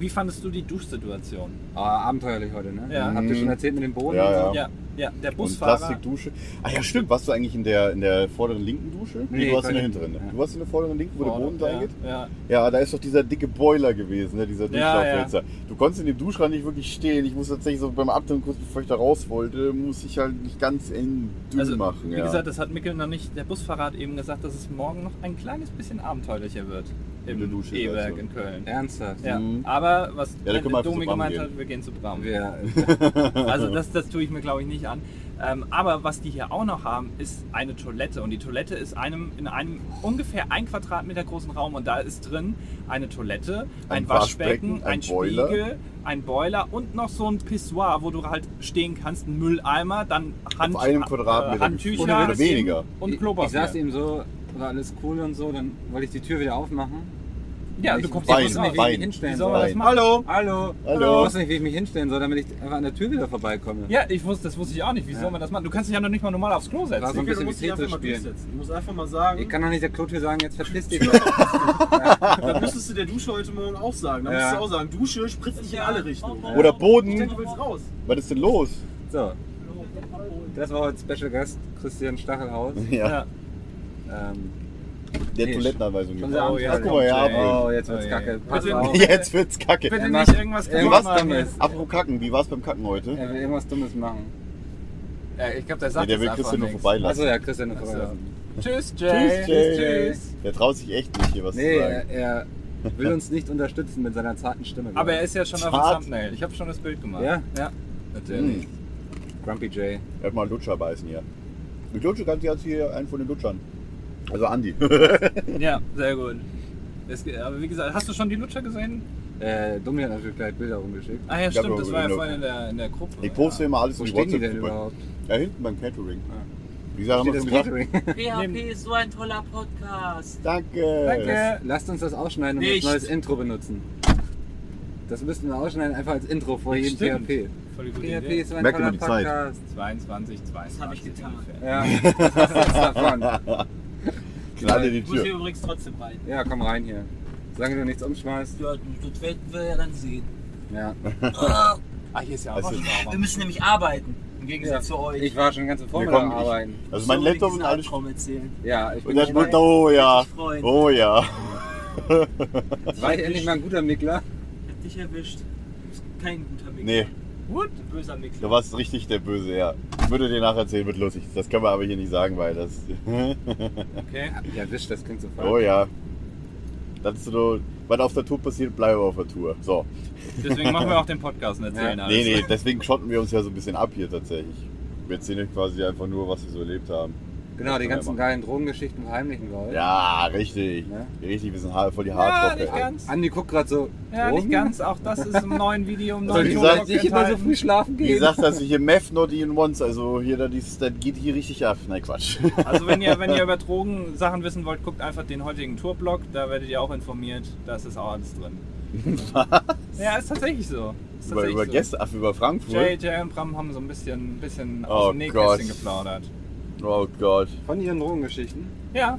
Wie fandest du die Duschsituation? Aber abenteuerlich heute, ne? Ja. Mhm. Habt ihr schon erzählt mit dem Boden? Ja, und so? ja. Ja, ja, der Und Busfahrer. Plastikdusche. Ah ja, stimmt. Warst du eigentlich in der, in der vorderen linken Dusche? Nee, Nee, du ich warst in war der nicht. hinteren. Ne? Ja. Du warst in der vorderen linken, wo der vorne, Boden da geht? Oh, ja, ja. Ja, da ist doch dieser dicke Boiler gewesen, ne? dieser Ja, Duschlaufwälzer. Du konntest in dem Duschrand nicht wirklich stehen. Ich musste tatsächlich so beim Abdrücken kurz bevor ich da raus wollte, muss ich halt nicht ganz eng dünn Also, machen. Wie ja. gesagt, das hat Mikkel noch nicht. Der Busfahrer hat eben gesagt, dass es morgen noch ein kleines bisschen abenteuerlicher wird. der Im Dusche, E-Werk also. in Köln. Ernsthaft. Ja, Mhm. aber was Ja, da können wir einfach Domi zu Bram gemeint gehen. hat, wir gehen zu Bram. Wir, äh, Also das, das tue ich mir glaube ich nicht an. Ähm, aber was die hier auch noch haben, ist eine Toilette. Und die Toilette ist einem, in einem ungefähr ein Quadratmeter großen Raum. Und da ist drin eine Toilette, ein, Ein Waschbecken, Waschbecken, ein, ein Boiler. Spiegel, ein Boiler und noch so ein Pissoir, wo du halt stehen kannst, ein Mülleimer, dann Hand, Auf einem Quadratmeter äh, Handtücher gefühlt. Oder weniger. und ich, ich saß Klopapier. eben so, war alles cool und so, dann wollte ich die Tür wieder aufmachen. Ja, ich, du kommst ich ja Wein, nicht wusste nicht, wie raus. ich Wein. mich hinstellen Wie soll. soll man das machen? Hallo! Hallo. Hallo. Ich wusste nicht, wie ich mich hinstellen soll, damit ich einfach an der Tür wieder vorbeikomme. Ja, ich wusste, das wusste ich auch nicht. Wie soll man das machen? Du kannst dich ja noch nicht mal normal aufs Klo setzen. War so ein Mikkel, du bisschen wie musst dich einfach Tetris mal spielen. durchsetzen. Du musst einfach mal sagen, Ich kann doch nicht der Klotür sagen, jetzt [LAUGHS] verpiss dich. da müsstest du der Dusche heute Morgen auch sagen. Da Ja. musst du auch sagen, Dusche spritzt dich in alle Richtungen. Oder Ich denke, Boden. du willst raus. [LAUGHS] Was ist denn los? So. Das war heute Special Guest Christian Stachelhaus. Ja, Ähm, der Nee, Toilettenanweisung. schon gibt. sehr amtlich. Ach, guck mal, Oh, ja, April. oh, jetzt wird's Oh, kacke. ja. Pass Bitte [LAUGHS] auf. nicht. Jetzt wird's kacke. Bitte macht- nicht irgendwas er kaputt macht machen. Dummes. Apropos Kacken, wie war's beim Kacken heute? Er will irgendwas Dummes machen. Ja, ich glaube, der Nee, sagt der will jetzt einfach Christian nur nichts. Achso, vorbeilassen. ja, Christian ist Ach so. verlassen. Tschüss, Tschüss, Jay. Jay. Tschüss. Der traut sich echt nicht, hier was Nee, äh, zu sagen. er, er will uns nicht unterstützen mit seiner zarten Stimme. Aber er ist ja schon auf dem Schad. Thumbnail. Ich habe schon das Bild gemacht. Ja? Ja, natürlich. Grumpy Jay. Hört Hm. mal einen Lutscher beißen hier. Mit Lutsche kannst du jetzt hier einen von den Lutschern. Also [LAUGHS] Andi. Hm. Ja, sehr gut. Es, ge- aber wie gesagt, hast du schon die Lutscher gesehen? Äh, Dummi hat natürlich gleich Bilder rumgeschickt. Ah ja, Ich hab stimmt, das nur war ja genug. vorhin in der, in der Gruppe. Ich poste immer alles Wo in die stehen die denn WhatsApp-Gruppe. überhaupt? Da hinten beim Catering. Ah. Wie gesagt, haben wir Steht das schon gesagt. Catering? Nehmen- PHP ist so ein toller Podcast. Danke. Danke. Lasst uns das ausschneiden und Nicht. als neues Intro benutzen. Das müssten wir ausschneiden, einfach als Intro vor Ja, jedem stimmt. PHP. Voll die gute PHP Idee. ist ein Merkt toller immer die Zeit. Podcast. 22, 22. Das hab ich getan. ungefähr. Ja, was hast du jetzt [LAUGHS] davon? Knall in die Ich muss hier Tür. übrigens trotzdem rein. Ja, komm rein hier. Solange du nichts umschmeißt. Ja, das werden wir ja dann sehen. Ja. Ah, hier ist ja auch noch Also- Wir Schrauber. müssen nämlich arbeiten, im Gegensatz zu euch. Ich war schon ganz im Vormittag komm, ich- arbeiten. Also mein So, Laptop diesen und alles. Albtraum erzählen. Ja, ich Und bin dann gespannt. wird oh ja. Dich freuen. Oh ja. war ich endlich mal ein guter Mickler. Ich hab dich erwischt. Du bist kein guter Mix. Nee, Gut. Böser Mix. da warst richtig der Böse, ja. Ich würde dir nacherzählen, wird lustig. Das können wir aber hier nicht sagen, weil das. [LAUGHS] Okay. Ja, wisch, das klingt so oh falsch. ja. Das ist so, was auf der Tour passiert, bleiben wir auf der Tour. So. Deswegen machen wir auch den Podcast und erzählen Ja. alles. Nee, nee, deswegen schotten wir uns ja so ein bisschen ab hier tatsächlich. Wir erzählen euch quasi einfach nur, was wir so erlebt haben. Genau, die Ja, ganzen Mann. geilen Drogengeschichten verheimlichen wir heute. Ja, richtig. Ne? Richtig, wir sind hart- voll die Ja, Hardrocker. nicht ganz. Andi guckt gerade so. Ja, Drogen? nicht ganz. Auch das ist im neuen Video, im Soll neuen ich Video. sagen, Soll ich immer so früh schlafen Wie gehen? gesagt, dass ich hier Meth not in once, also hier da dieses, das geht hier richtig ab. Nein, Quatsch. [LAUGHS] Also wenn ihr, wenn ihr über Drogen Sachen wissen wollt, guckt einfach den heutigen Tourblog, da werdet ihr auch informiert, da ist das auch alles [LAUGHS] drin. Ja, ist tatsächlich so. Ist Über, tatsächlich über so. Gäste, ach, über Frankfurt. Jay, Jay und Bram haben so ein bisschen, bisschen aus Oh dem Nähkästchen Gott. geplaudert. Oh Gott. Von ihren Drogengeschichten. Ja,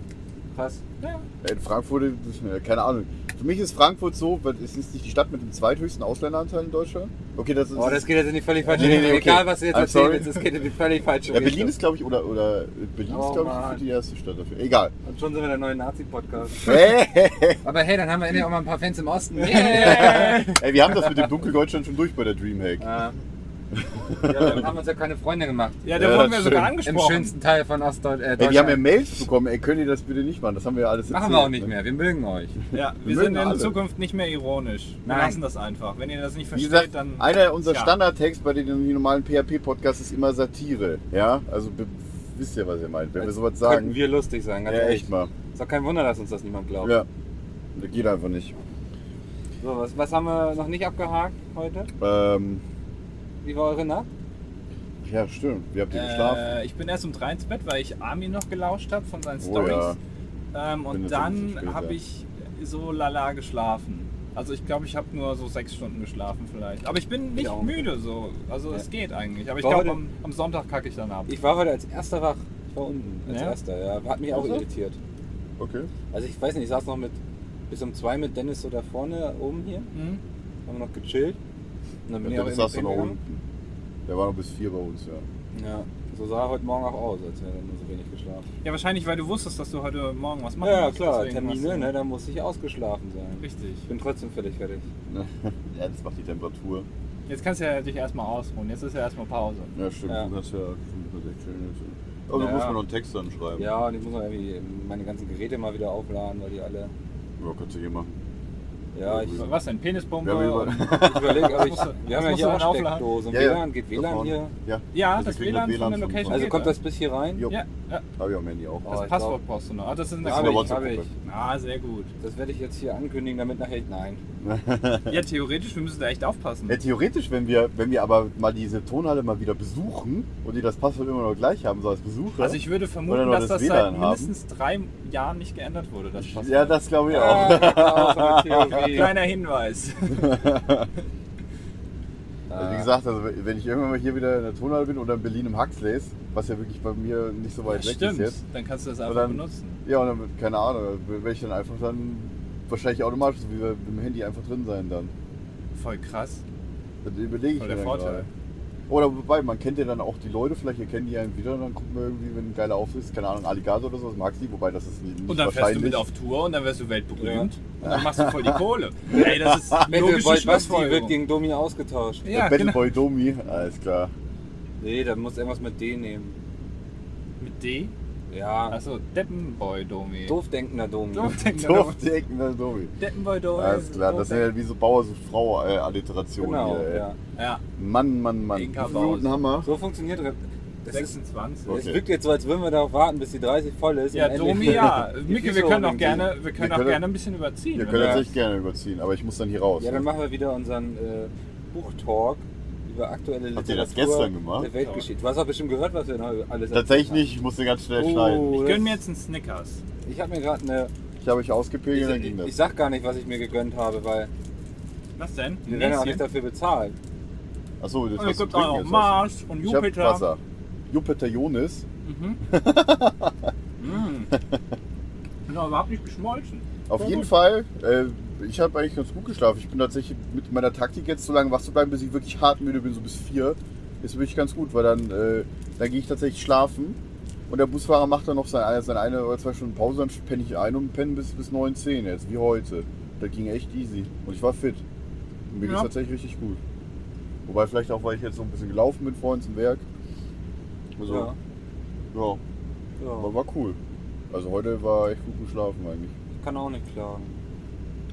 Krass. ja. In Frankfurt, äh, keine Ahnung. Für mich ist Frankfurt so, weil es ist nicht die Stadt mit dem zweithöchsten Ausländeranteil in Deutschland. Okay, das ist. Oh, das geht jetzt in die völlig falsche Nee, nee, Richtung. nee, okay. Egal, was du jetzt I'm erzählen sorry. willst, das geht in die völlig falsche ja, Richtung. Berlin ist, glaube ich, oder, oder äh, Berlin Oh, ist, glaube ich, Mann. für die erste Stadt dafür. Egal. Und schon sind wir der neue Nazi-Podcast. Hey, Aber hey, dann haben wir endlich auch mal ein paar Fans im Osten. [LAUGHS] Ey, wir haben das mit dem Dunkeldeutschland schon durch bei der Dreamhack. Ja, dann haben wir uns ja keine Freunde gemacht. Ja, da Ja, das wurden wir ist sogar schön. Im angesprochen. schönsten Teil von Ostdeutschland. Äh, Ey, wir haben ja Deutschland. Mails bekommen, ey, könnt ihr das bitte nicht machen? Das haben wir ja alles Machen wir erzählt, auch nicht ne? mehr. Wir mögen euch. Ja, wir, Wir sind in mögen alle. Zukunft nicht mehr ironisch. Wir Nein. lassen das einfach. Wenn ihr das nicht Wie versteht, gesagt, dann. einer unserer Tja. Standardtext bei den normalen PHP-Podcasts ist immer Satire. Ja, also be- wisst ja, was ihr meint. Wenn wir sowas Könnten sagen, wir lustig sein, ja, ganz echt ehrlich. mal. Ist doch kein Wunder, dass uns das niemand glaubt. Ja, das geht einfach nicht. So, was, was haben wir noch nicht abgehakt heute? Ähm, Wie war eure Nacht? ja, stimmt. Wie habt ihr geschlafen? Äh, ich bin erst um drei ins Bett, weil ich Armin noch gelauscht habe von seinen Oh Stories. ja. Ähm, Bin und jetzt ein bisschen dann später. habe ich so lala geschlafen. Also ich glaube, ich habe nur so sechs Stunden geschlafen vielleicht. Aber ich bin nicht auch. müde so. Also es geht eigentlich. Aber ich War glaube, heute- am, am Sonntag kacke ich dann ab. Ich war heute als erster wach. Ich war unten als Ja? erster. Ja, hat mich auch Also? irritiert. Okay. Also ich weiß nicht, ich saß noch mit bis um zwei mit Dennis so da vorne oben hier. Hm? Haben wir noch gechillt. Und dann bin Ja, ich das auch saß du noch unten. Der war noch bis vier bei uns, ja. hingegangen. Ja, so sah heute Morgen auch aus, als wäre nur so wenig geschlafen. Ja, wahrscheinlich, weil du wusstest, dass du heute Morgen was machen Ja, musst, klar, deswegen Termine, hast du- ne, da muss ich ausgeschlafen sein. Richtig. Ich bin trotzdem völlig fertig. Ja, das macht die Temperatur. Jetzt kannst du ja dich erstmal ausruhen. Jetzt ist ja erstmal Pause. Ja, stimmt. Ja. Du hast ja du hast echt schön. Aber du musst Ja. mir Also, noch einen Text dann schreiben. Ja, und ich muss noch irgendwie meine ganzen Geräte mal wieder aufladen, weil die alle. Ja, kannst du hier machen. Ja, ich, ich Was denn? Penisbombe? Ja, wir über- und- überlege, aber [LAUGHS] ich, musst du- wir haben das ja musst hier du auch dann aufladen. Steckdose. Und Ja, ja. WLAN, geht WLAN hier? Ja. Ja, Also das kriegen wir WLAN von WLAN der von- Location. Also geht, kommt ne? das bis hier rein? Jo. Ja, ja. Habe ich am Handy auch. Oh, das ich Passwort glaub- brauchst du noch. Ah, das ist eine Das ist Hab eine ich, Nachricht. WhatsApp-Gruppe. hab ich. Ah, [LAUGHS] sehr gut. Das werde ich jetzt hier ankündigen, damit nachher. Nein. Ja, theoretisch, wir müssen da echt aufpassen. Ja, theoretisch, wenn wir, wenn wir aber mal diese Tonhalle mal wieder besuchen und die das Passwort immer noch gleich haben, so als Besucher. Also ich würde Oder vermuten, nur dass das das seit WLAN haben. mindestens drei Jahren nicht geändert wurde. Das Passwort. ja, das glaube ich auch. [LAUGHS] Ah, Theorie. Kleiner Hinweis. Also wie gesagt, also wenn ich irgendwann mal hier wieder in der Tonhalle bin oder in Berlin im Huxleys, was ja wirklich bei mir nicht so weit Das weg ist stimmt, jetzt. dann kannst du das Und einfach dann- benutzen. Ja, und dann, wird- keine Ahnung, werde ich dann einfach dann wahrscheinlich automatisch so wie wir mit dem Handy einfach drin sein dann. Voll krass. Das überlege ich Voll mir der dann Vorteil. gerade. Oder wobei, man kennt ja dann auch die Leute, vielleicht erkennen die einen wieder und dann gucken wir irgendwie, wenn ein geiler Auftritt ist, keine Ahnung, Alligator oder sowas, magst die, wobei das ist nicht Und dann fährst du wahrscheinlich. mit auf Tour und dann wirst du weltberühmt. Und dann machst du voll [LAUGHS] die Kohle. Ey, das ist logische Battleboy Basti wird Schlussfolgerung. gegen Domi ausgetauscht. Ja, genau. Battleboy Domi, alles [LAUGHS] klar. Nee, dann muss irgendwas mit D nehmen. Mit D? Ja, Achso, Deppenboy-Domi. doof denkender Domi. [LAUGHS] Doof. Doofdeckender Domi. Deppenboy-Domi. Alles klar, das sind ja wie so Bauer, so Frau äh, Alliteration Genau, hier, ey. ja. Ja, Mann, Mann, Mann. Wie Inka viele Bause. Minuten haben wir? So funktioniert Rap. Das ist, 26. es Okay. wirkt jetzt so, als würden wir darauf warten, bis die 30 voll ist. Ja, und endlich- [LAUGHS] Domi, [LAUGHS] ja. die Micke, wir Füße können auch hochheben. gerne, wir können Wir auch können- gerne ein bisschen überziehen. ne? Ihr wenn könnt wir- jetzt echt gerne überziehen, aber ich muss dann hier raus. Ja, dann ne? machen wir wieder unseren äh, Buchtalk über aktuelle Literatur. Habt ihr das gestern gemacht? Der Weltgeschichte. Du hast auch bestimmt gehört, was wir noch [LAUGHS] alles Tatsächlich nicht, ich musste ganz schnell Oh. schneiden. ich gönn mir jetzt einen Snickers. Ich habe mir gerade eine. Ich habe euch ausgepegelt, dann Ich, ging ich das. sag gar nicht, was ich mir gegönnt habe, weil Was denn? wir werden ja auch nicht Näschen? dafür bezahlt. Achso, das Und es was zu gibt Oh, trinken auch noch jetzt. hast Mars und du. Ich habe Jupiter. Wasser. Jupiter Jonas. [LAUGHS] Mhm. mm. Bin auch überhaupt nicht geschmolzen. Auf jeden Fall, äh, ich habe eigentlich ganz gut geschlafen. Ich bin tatsächlich mit meiner Taktik jetzt so lange wach zu bleiben, bis ich wirklich hart müde bin, so bis vier. Ist wirklich ganz gut, weil dann, äh, dann gehe ich tatsächlich schlafen und der Busfahrer macht dann noch seine, seine eine oder zwei Stunden Pause, dann penne ich ein und penne bis, bis 9, 10 jetzt, wie heute. Da ging echt easy und ich war fit. Und mir geht's Ja. tatsächlich richtig gut. Wobei vielleicht auch, weil ich jetzt so ein bisschen gelaufen bin vorhin zum Werk. Also, Ja. ja. ja, Ja, aber war cool. Also heute war echt gut geschlafen eigentlich. ich kann auch nicht klagen.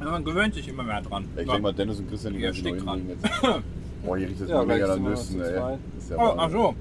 Aber man gewöhnt sich immer mehr dran. Ich Ja. denke mal, Dennis und Christian, die Ihr werden sich noch steckt dran. hinlegen jetzt. Boah, hier riecht es Ja, mal gleich mega nach sind wir Nüssen, noch zu ey. zweit. Das Ist ja Oh, ach Wahnsinn. so.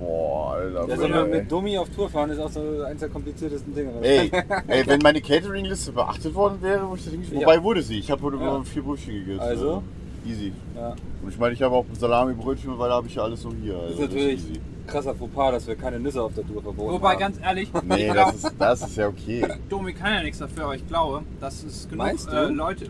Boah, Alter. Ja, so Bruder, mit, ey. mit Dummi auf Tour fahren ist auch so eins der kompliziertesten Dinge. Ey, ey, wenn meine Catering-Liste beachtet worden wäre, wo ich das hingeschrieben- Ja. Wobei wurde sie. Ich habe heute Ja. nur vier Brötchen gegessen. Also? Easy. Ja. Und ich meine, ich habe auch Salami-Brötchen, weil da habe ich ja alles so hier. Also, Das ist das ist natürlich easy. krasser Fauxpas, dass wir keine Nüsse auf der Tour verboten Wobei, haben. ganz ehrlich, Nee, ich das glaube, ist, das ist ja okay. Domi kann ja nichts dafür, aber ich glaube, das ist genug Meinst du? äh, Leute.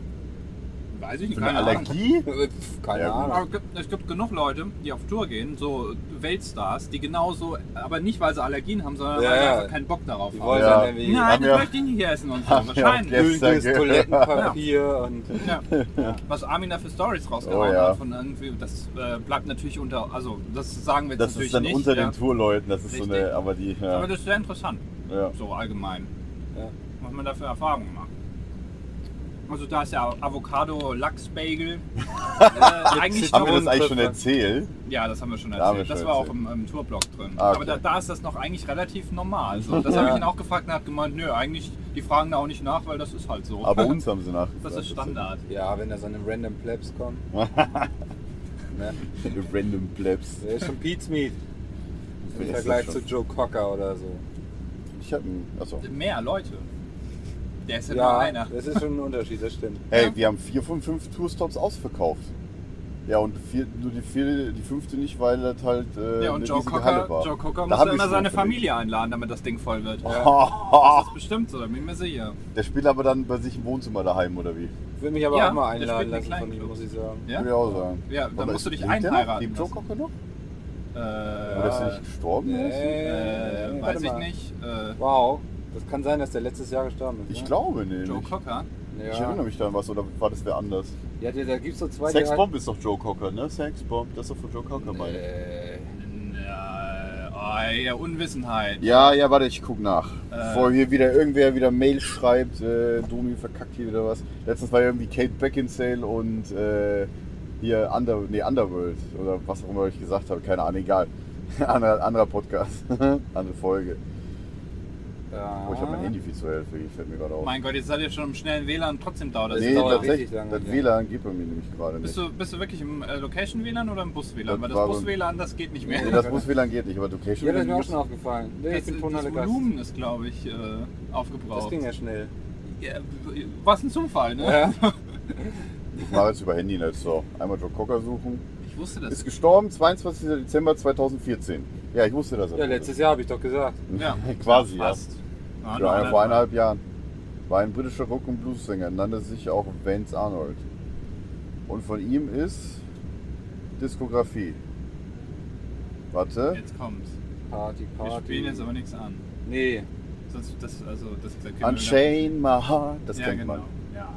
Weiß ich nicht, Für eine keine Ahnung. Allergie? Pff, Äh, Keine Ja, gut. Aber Ahnung. es gibt, es gibt genug Leute, die auf Tour gehen, so Weltstars, die genauso, aber nicht weil sie Allergien haben, sondern Ja, weil sie ja. einfach keinen Bock darauf Die haben. wollen Ja. dann irgendwie Nein, Haben das wir- möchte ich nicht essen und so. haben wir auch Wahrscheinlich. gestern öliges ge- Toilettenpapier und Ja. Was Armin da für Stories rausgehauen Oh, ja. hat, von irgendwie, das äh, bleibt natürlich unter, also das sagen wir jetzt Das natürlich ist dann nicht. unter ja. den Tourleuten. Das ist so Richtig. eine. Aber die. Ja, Aber das ist sehr interessant, ja. so allgemein. Ja. Was man da für Erfahrungen macht. Also da ist ja [LAUGHS] Avocado-Lachs-Bagel. äh, eigentlich Haben wir das darum- eigentlich schon erzählt? Ja, das haben wir schon Da haben erzählt. wir das schon war auch erzählt. im, im Tourblock drin. Ah, okay. Aber da, da ist das noch eigentlich relativ normal. So, [LAUGHS] das habe ich ihn auch gefragt und er hat gemeint, nö, eigentlich, die fragen da auch nicht nach, weil das ist halt so. Aber uns haben sie nachgefragt. das ist Standard. Ja, wenn da so eine random Plebs [LAUGHS] Ne? kommt. ne? Random Plebs. Der ist schon Pete's Meat. Wer Im ist das Vergleich schon? zu Joe Cocker oder so. Ich hab also, einen. Achso. Mehr Leute. Der ist ja, Ja, nur einer. das ist schon ein Unterschied, das stimmt. Ey, wir haben vier von fünf Tourstops ausverkauft. Ja, und vier, nur die, vier, die fünfte nicht, weil das halt äh, Ja, und eine Joe riesige Halle Cocker, war. [LAUGHS] Joe Cocker Da muss hab dann ich immer schon seine für mich. Familie einladen, damit das Ding voll wird. Das ist bestimmt so, da bin ich mir sicher. Der spielt aber dann bei sich im Wohnzimmer daheim, oder wie? Ich will mich aber Ja, auch mal der spielt einladen in lassen von ihm, muss Kleinklubs. ich sagen. Ja? Würde ich auch sagen. Ja, dann Aber musst du dich lebt der noch? einheiraten Lebt Joe lassen. Cocker noch? Äh, Oder ist er nicht gestorben? äh, Äh, weiß warte ich mal. nicht. Äh, Wow, das kann sein, dass der letztes Jahr gestorben ist. Ich ne? glaube nicht. Joe Cocker. Ja. Ich erinnere mich da an was, oder war das wer anders? Ja, der- da gibt es so zwei, Sexbomb ist doch Joe Cocker, ne? Sexbomb, das ist doch von Joe Cocker, die halt, meine ich. äh, Na, oh, ja, Unwissenheit. Ja, ja, warte, ich guck nach. Äh. Bevor hier wieder irgendwer wieder Mail schreibt, äh, Domi verkackt hier wieder was. Letztens war ja irgendwie Kate Beckinsale und äh, hier Under, nee, Underworld oder was auch immer ich gesagt habe, keine Ahnung, egal. [LAUGHS] Ander, anderer Podcast, [LAUGHS] andere Folge. ja. Oh, ich habe mein Handy viel zu helfen, ich fällt mir gerade auf. Mein Gott, jetzt seid ihr schon im schnellen WLAN und trotzdem dauert das. nee, dauert tatsächlich, richtig lange, das ja. WLAN gibt bei mir nämlich gerade nicht. Bist du, bist du wirklich im äh, Location-WLAN oder im Das Bus-WLAN? Weil das war beim- Bus-WLAN, das geht nicht mehr. nee, das muss WLAN geht nicht, aber du kriegst Ja, das ist mir auch gibt's- schon aufgefallen. Nee, ich das, bin das Tonhalle Gast. Volumen ist, glaube ich, äh, Das aufgebraucht. ging ja schnell. Ja, was ein Zufall, ne? Ja. [LAUGHS] Ich mache jetzt über Handynetz so. Einmal Joe Cocker suchen. Ich wusste Ist das. gestorben, 22. Dezember 2014. Ja, ich wusste das. Ja, letztes Jahr habe ich doch gesagt. Ja, [LAUGHS] Quasi, ja. fast. Ah, Ja, nur vor eineinhalb Jahren. War ein britischer Rock- und Blues-Sänger, nannte sich auch Vance Arnold. Und von ihm ist Diskografie. Warte. Jetzt kommt's. Party, Wir Party. spielen jetzt aber nichts an. Nee, Sonst, das, also, das, das können wir- Unchain My Heart. Das ja, kennt genau. man. Ja.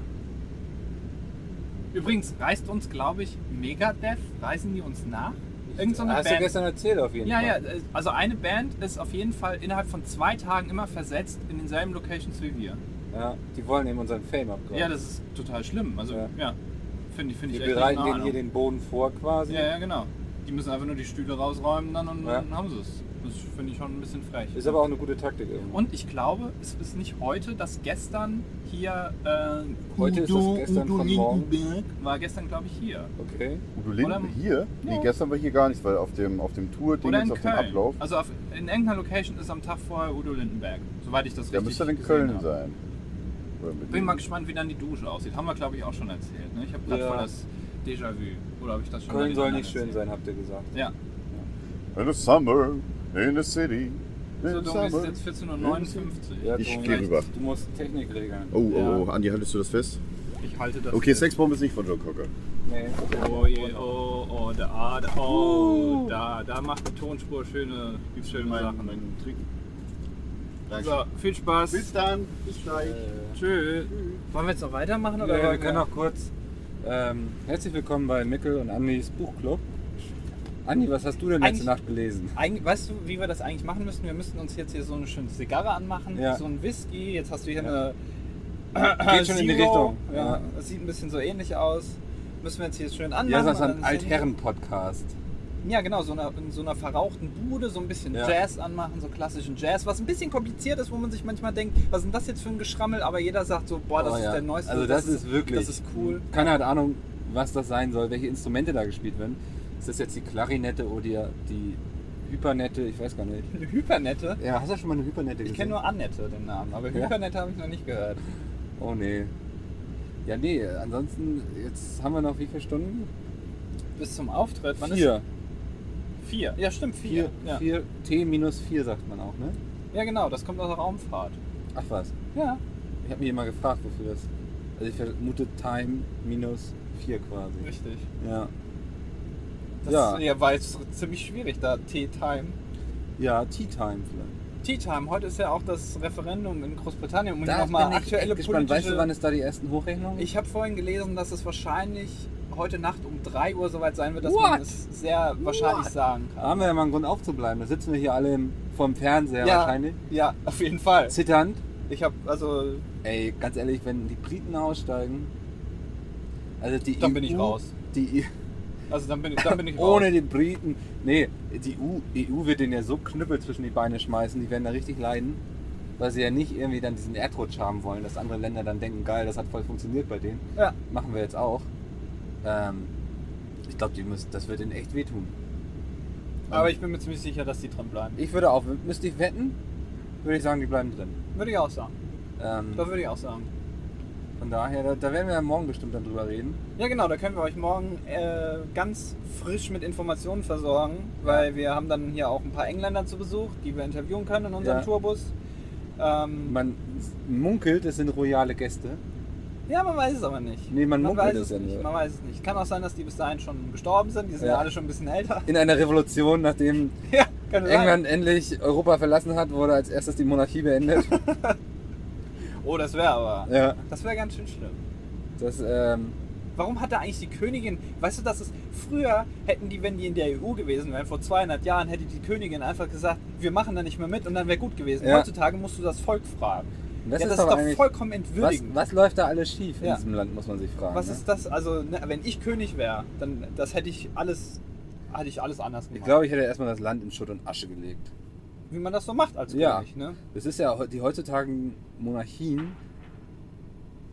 Übrigens, reist uns, glaube ich, Megadeth, reisen die uns nach? Irgend so eine hast du Band. gestern erzählt auf jeden Ja, ja, Fall. äh, also eine Band ist auf jeden Fall innerhalb von zwei Tagen immer versetzt in denselben Locations wie wir. Ja, ja. Die wollen eben unseren Fame Ja, abgreifen. das ist total schlimm. Also, ja, Ja. finde ich, finde Wir ich echt bereiten nicht denen hier in den Boden vor quasi. Ordnung. Ja, ja, genau. Die müssen einfach nur die Stühle rausräumen dann und Ja. dann haben sie es. Das finde ich schon ein bisschen frech. Ist aber auch eine gute Taktik irgendwie. und ich glaube, es ist nicht heute, dass gestern hier äh, Heute ist das Udo, gestern Udo von morgen. Lindenberg war gestern, glaube ich, hier. Okay. Udo Linden Oder- hier? Nee, Ja. gestern war hier gar nicht, weil auf dem, auf dem Tour-Ding Oder jetzt in auf dem Köln. Ablauf. Also auf, in irgendeiner Location ist am Tag vorher Udo Lindenberg, soweit ich das Der richtig müsste dann in gesehen Köln habe. sein. Oder mit Bin mal gespannt, wie dann die Dusche aussieht. Haben wir, glaube ich, auch schon erzählt. Ne? Ich habe gerade Ja. voll das Déjà-vu. Oder habe ich das schon Köln bei den soll anderen nicht schön erzählt? sein, habt ihr gesagt. Ja. In the summer, in the city. In So, the Domi, es summer. ist jetzt 14.59 Uhr. Ja, Ich Thomas, geh rüber. Du musst Technik regeln. Oh, oh, oh, Andi, haltest du das fest? Ich halte das. Okay, Sexbomb ist nicht von Joe Cocker. Nee. Oh, je, oh, oh, da, ah, da, oh, da, da macht die Tonspur schöne, schöne Sachen. Trinken. so, viel Spaß. dann, bis gleich. Tschö. Wollen wir jetzt noch weitermachen? Ja, Oder wir wollen können noch kurz. Ähm, herzlich willkommen bei Mickel und Andis Buchclub. Andi, was hast du denn letzte Eigentlich- Nacht gelesen? [LAUGHS] Eigentlich, weißt du, wie wir das eigentlich machen müssten? Wir müssten uns jetzt hier so eine schöne Zigarre anmachen, Ja. so ein Whisky. Jetzt hast du hier eine. Geht schon in die Zero. Richtung. Ja, Ja. das sieht ein bisschen so ähnlich aus. Müssen wir jetzt hier schön anmachen. Ja, das ist und ein dann sehen- Altherren-Podcast. Ja, genau, so einer, in so einer verrauchten Bude, so ein bisschen Ja. Jazz anmachen, so klassischen Jazz, was ein bisschen kompliziert ist, wo man sich manchmal denkt, was ist denn das jetzt für ein Geschrammel? Aber jeder sagt so, boah, Ah, das Oh ist ja. der neueste. Also das, ist wirklich. Das ist cool. Keiner hat Ahnung, was das sein soll, welche Instrumente da gespielt werden. Ist das jetzt die Klarinette oder die, die Hypernette? Ich weiß gar nicht. Eine Hypernette. Ja, hast du schon mal eine Hypernette Ich gesehen? kenne nur Annette, den Namen, aber Ja. Hypernette habe ich noch nicht gehört. Oh nee. Ja, nee, ansonsten, jetzt haben wir noch wie viele Stunden? Bis zum Auftritt, wann vier. ist Vier. Ja, stimmt, vier. Vier. Ja. vier T minus vier sagt man auch, ne? ja, genau, das kommt aus der Raumfahrt. Ach was. Ja. Ich habe mich immer gefragt, wofür das. Also ich vermute Time minus vier quasi. Richtig. Ja. Das Ja. Ist, ja, weil es ist ziemlich schwierig da, Tea Time. Ja, Tea Time vielleicht. Tea Time, heute ist ja auch das Referendum in Großbritannien, um Da nochmal bin ich aktuelle echt gespannt. Weißt politische du, wann es da die ersten Hochrechnungen Ich habe vorhin gelesen, dass es wahrscheinlich heute Nacht um 3 Uhr soweit sein wird, dass man What? es sehr wahrscheinlich sagen Da kann. haben wir ja mal einen Grund aufzubleiben. Da sitzen wir hier alle im, vorm Fernseher Ja. wahrscheinlich. Ja, auf jeden Fall. Zitternd. Ich habe also Ey, ganz ehrlich, wenn die Briten aussteigen. Also die Dann EU, bin ich raus. Die, I- also dann bin ich dann bin ich [LAUGHS] ohne raus. die Briten. Nee, die EU, EU wird den ja so Knüppel zwischen die Beine schmeißen. Die werden da richtig leiden. Weil sie ja nicht irgendwie dann diesen Erdrutsch haben wollen, dass andere Länder dann denken, geil, das hat voll funktioniert bei denen. Ja. Machen wir jetzt auch. Ähm, ich glaube, das wird ihnen echt wehtun. Aber ich bin mir ziemlich sicher, dass die drin bleiben. Ich würde auch, müsste ich wetten, würde ich sagen, die bleiben drin. Würde ich auch sagen. Ähm, Das würde ich auch sagen. von daher, da, da werden wir ja morgen bestimmt dann drüber reden. Ja genau, da können wir euch morgen äh, ganz frisch mit Informationen versorgen, weil wir haben dann hier auch ein paar Engländer zu Besuch, die wir interviewen können in unserem Ja. Tourbus. Ähm, Man munkelt, es sind royale Gäste. ja, man weiß es aber nicht. Nee, man Man munkelt weiß es es ja nicht, nur. man weiß es nicht. Kann auch sein, dass die bis dahin schon gestorben sind, die sind ja, Ja. alle schon ein bisschen älter. [LAUGHS] In einer Revolution, nachdem ja, kann England endlich Europa verlassen hat, wurde als erstes die Monarchie [LAUGHS] beendet. sein. Oh, das wäre aber. ja, Das wäre ganz schön schlimm. das, ähm, Warum hat da eigentlich die Königin, weißt du, dass es früher hätten die, wenn die in der EU gewesen wären, vor 200 Jahren, hätte die Königin einfach gesagt, wir machen da nicht mehr mit und dann wäre gut gewesen. Ja. Heutzutage musst du das Volk fragen. das ja, ist, das doch ist doch eigentlich, vollkommen was, entwürdigend. was läuft da alles schief in Ja. diesem Land, muss man sich fragen. Was ne? ist das? Also, ne, wenn ich König wäre, dann das hätte ich alles, hätte ich alles anders gemacht. Ich glaube, ich hätte erstmal das Land in Schutt und Asche gelegt. Wie man das so macht als Ja. König, ne? Das ist ja heu- die heutzutage Monarchien.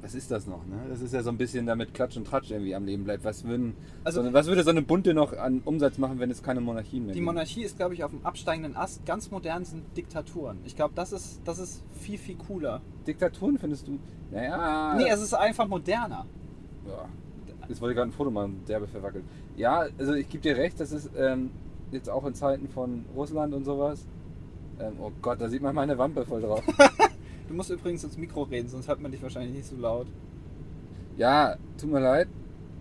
Was ist das noch? Ne? Das ist ja so ein bisschen damit Klatsch und Tratsch irgendwie am Leben bleibt. Was, würden, Also- also, so, was würde so eine Bunte noch an Umsatz machen, wenn es keine Monarchien mehr Die gibt? Monarchie ist, glaube ich, auf dem absteigenden Ast. Ganz modern sind Diktaturen. Ich glaube, das ist, das ist viel, viel cooler. Diktaturen findest du? Naja. Nee, also- es ist einfach moderner. ja. Jetzt wollte ich gerade ein Foto machen, derbe verwackelt. Ja, also ich gebe dir recht, das ist ähm, jetzt auch in Zeiten von Russland und sowas. Ähm, oh Gott, da sieht man meine Wampe voll [LAUGHS] drauf. Du musst übrigens ins Mikro reden, sonst hört man dich wahrscheinlich nicht so laut. ja, tut mir leid.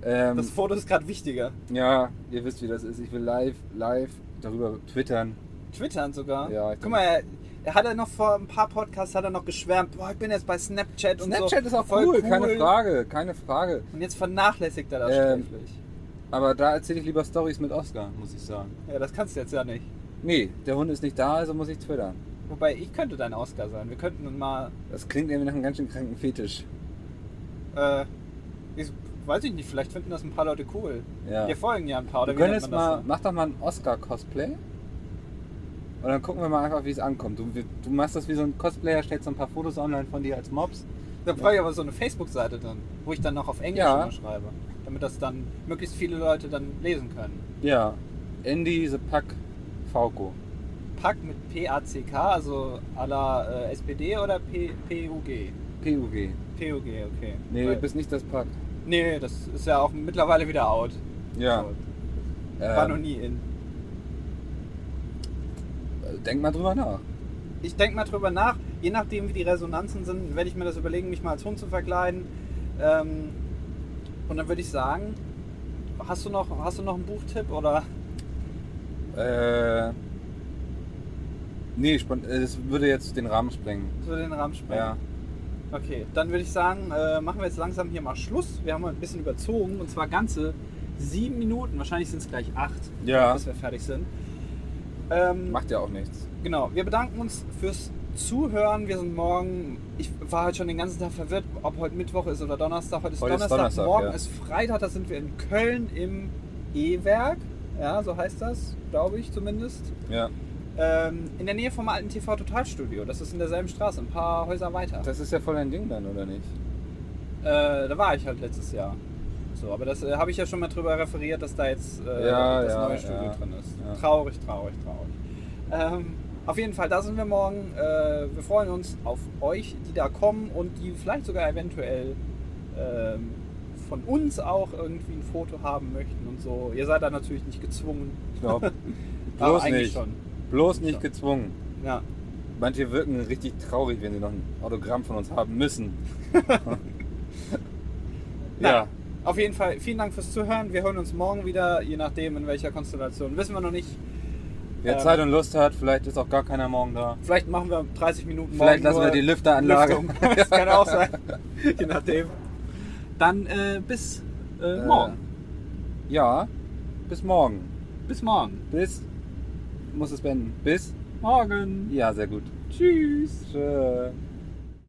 Ähm, Das Foto ist gerade wichtiger. Ja, ihr wisst, wie das ist. Ich will live, live darüber twittern. Twittern sogar. Ja, ich Guck mal, er, er hat ja noch vor ein paar Podcasts hat er noch geschwärmt. Boah, ich bin jetzt bei Snapchat und Snapchat so. ist auch Voll cool, keine Frage, keine Frage. Und jetzt vernachlässigt er das Ähm. sträflich. Aber da erzähle ich lieber Stories mit Oscar, muss ich sagen. Ja, das kannst du jetzt ja nicht. Nee, der Hund ist nicht da, also muss ich twittern. Wobei, ich könnte dein Oscar sein. Wir könnten nun mal, Das klingt irgendwie nach einem ganz schön kranken Fetisch. äh, ich, weiß ich nicht, vielleicht finden das ein paar Leute cool. Ja. Wir folgen ja ein paar, oder Du wie nennt könntest man das mal, denn? mach doch mal ein Oscar-Cosplay. Und dann gucken wir mal einfach, wie es ankommt. Du, wir- du machst das wie so ein Cosplayer, stellst so ein paar Fotos online von dir als Mobs. Da brauche ich aber so eine Facebook-Seite dann, wo ich dann noch auf Englisch Ja. immer schreibe, damit das dann möglichst viele Leute dann lesen können. Ja. Andy the Pack Falco. Pack mit P-A-C-K, also à la äh, SPD oder P- PUG? PUG. PUG, okay. Nee, Weil- du bist nicht das Pack. nee, das ist ja auch mittlerweile wieder out. Ja. So, war noch Ähm, nie in. denk mal drüber nach. Ich denke mal drüber nach, je nachdem wie die Resonanzen sind, werde ich mir das überlegen, mich mal als Hund zu verkleiden. Ähm, und dann würde ich sagen, hast du noch, hast du noch einen Buchtipp oder? Äh. Nee, spontan, das würde jetzt den Rahmen sprengen. Das würde den Rahmen sprengen. Ja. Okay, dann würde ich sagen, äh, machen wir jetzt langsam hier mal Schluss. Wir haben mal ein bisschen überzogen und zwar ganze sieben Minuten, wahrscheinlich sind es gleich acht, Ja. bis wir fertig sind. Ähm, Macht ja auch nichts. Genau, wir bedanken uns fürs Zuhören. Wir sind morgen, ich war heute schon den ganzen Tag verwirrt, ob heute Mittwoch ist oder Donnerstag. Heute ist, Heute ist Donnerstag, Donnerstag, morgen ja. ist Freitag, da sind wir in Köln im E-Werk. Ja, so heißt das, glaube ich zumindest. Ja. Ähm, in der Nähe vom alten TV Totalstudio. Das ist in derselben Straße, ein paar Häuser weiter. Das ist ja voll ein Ding dann, oder nicht? Äh, da war ich halt letztes Jahr. So, aber das äh, habe ich ja schon mal drüber referiert, dass da jetzt äh, Ja, das ja, neue Studio ja. drin ist. Ja. Traurig, traurig, traurig. Ähm, auf jeden Fall, da sind wir morgen. Äh, wir freuen uns auf euch, die da kommen und die vielleicht sogar eventuell ähm, von uns auch irgendwie ein Foto haben möchten und so. Ihr seid da natürlich nicht gezwungen, Ich [LAUGHS] glaube. aber bloß eigentlich nicht. schon. Bloß nicht Ja. gezwungen. Ja. Manche wirken richtig traurig, wenn sie noch ein Autogramm von uns haben müssen. ja. Auf jeden Fall, vielen Dank fürs Zuhören. Wir hören uns morgen wieder, je nachdem in welcher Konstellation. Wissen wir noch nicht. Wer Ähm. Zeit und Lust hat, vielleicht ist auch gar keiner morgen da. Vielleicht machen wir 30 Minuten Vielleicht morgen lassen wir nur die Lüfteranlage. Lüftung. [LAUGHS] Das kann auch sein. [LAUGHS] Je nachdem. Dann äh, bis äh, Äh, morgen. Ja. Bis morgen. Bis morgen. Bis. Muss es beenden. Bis. Morgen. Ja, sehr gut. Tschüss. Tschö.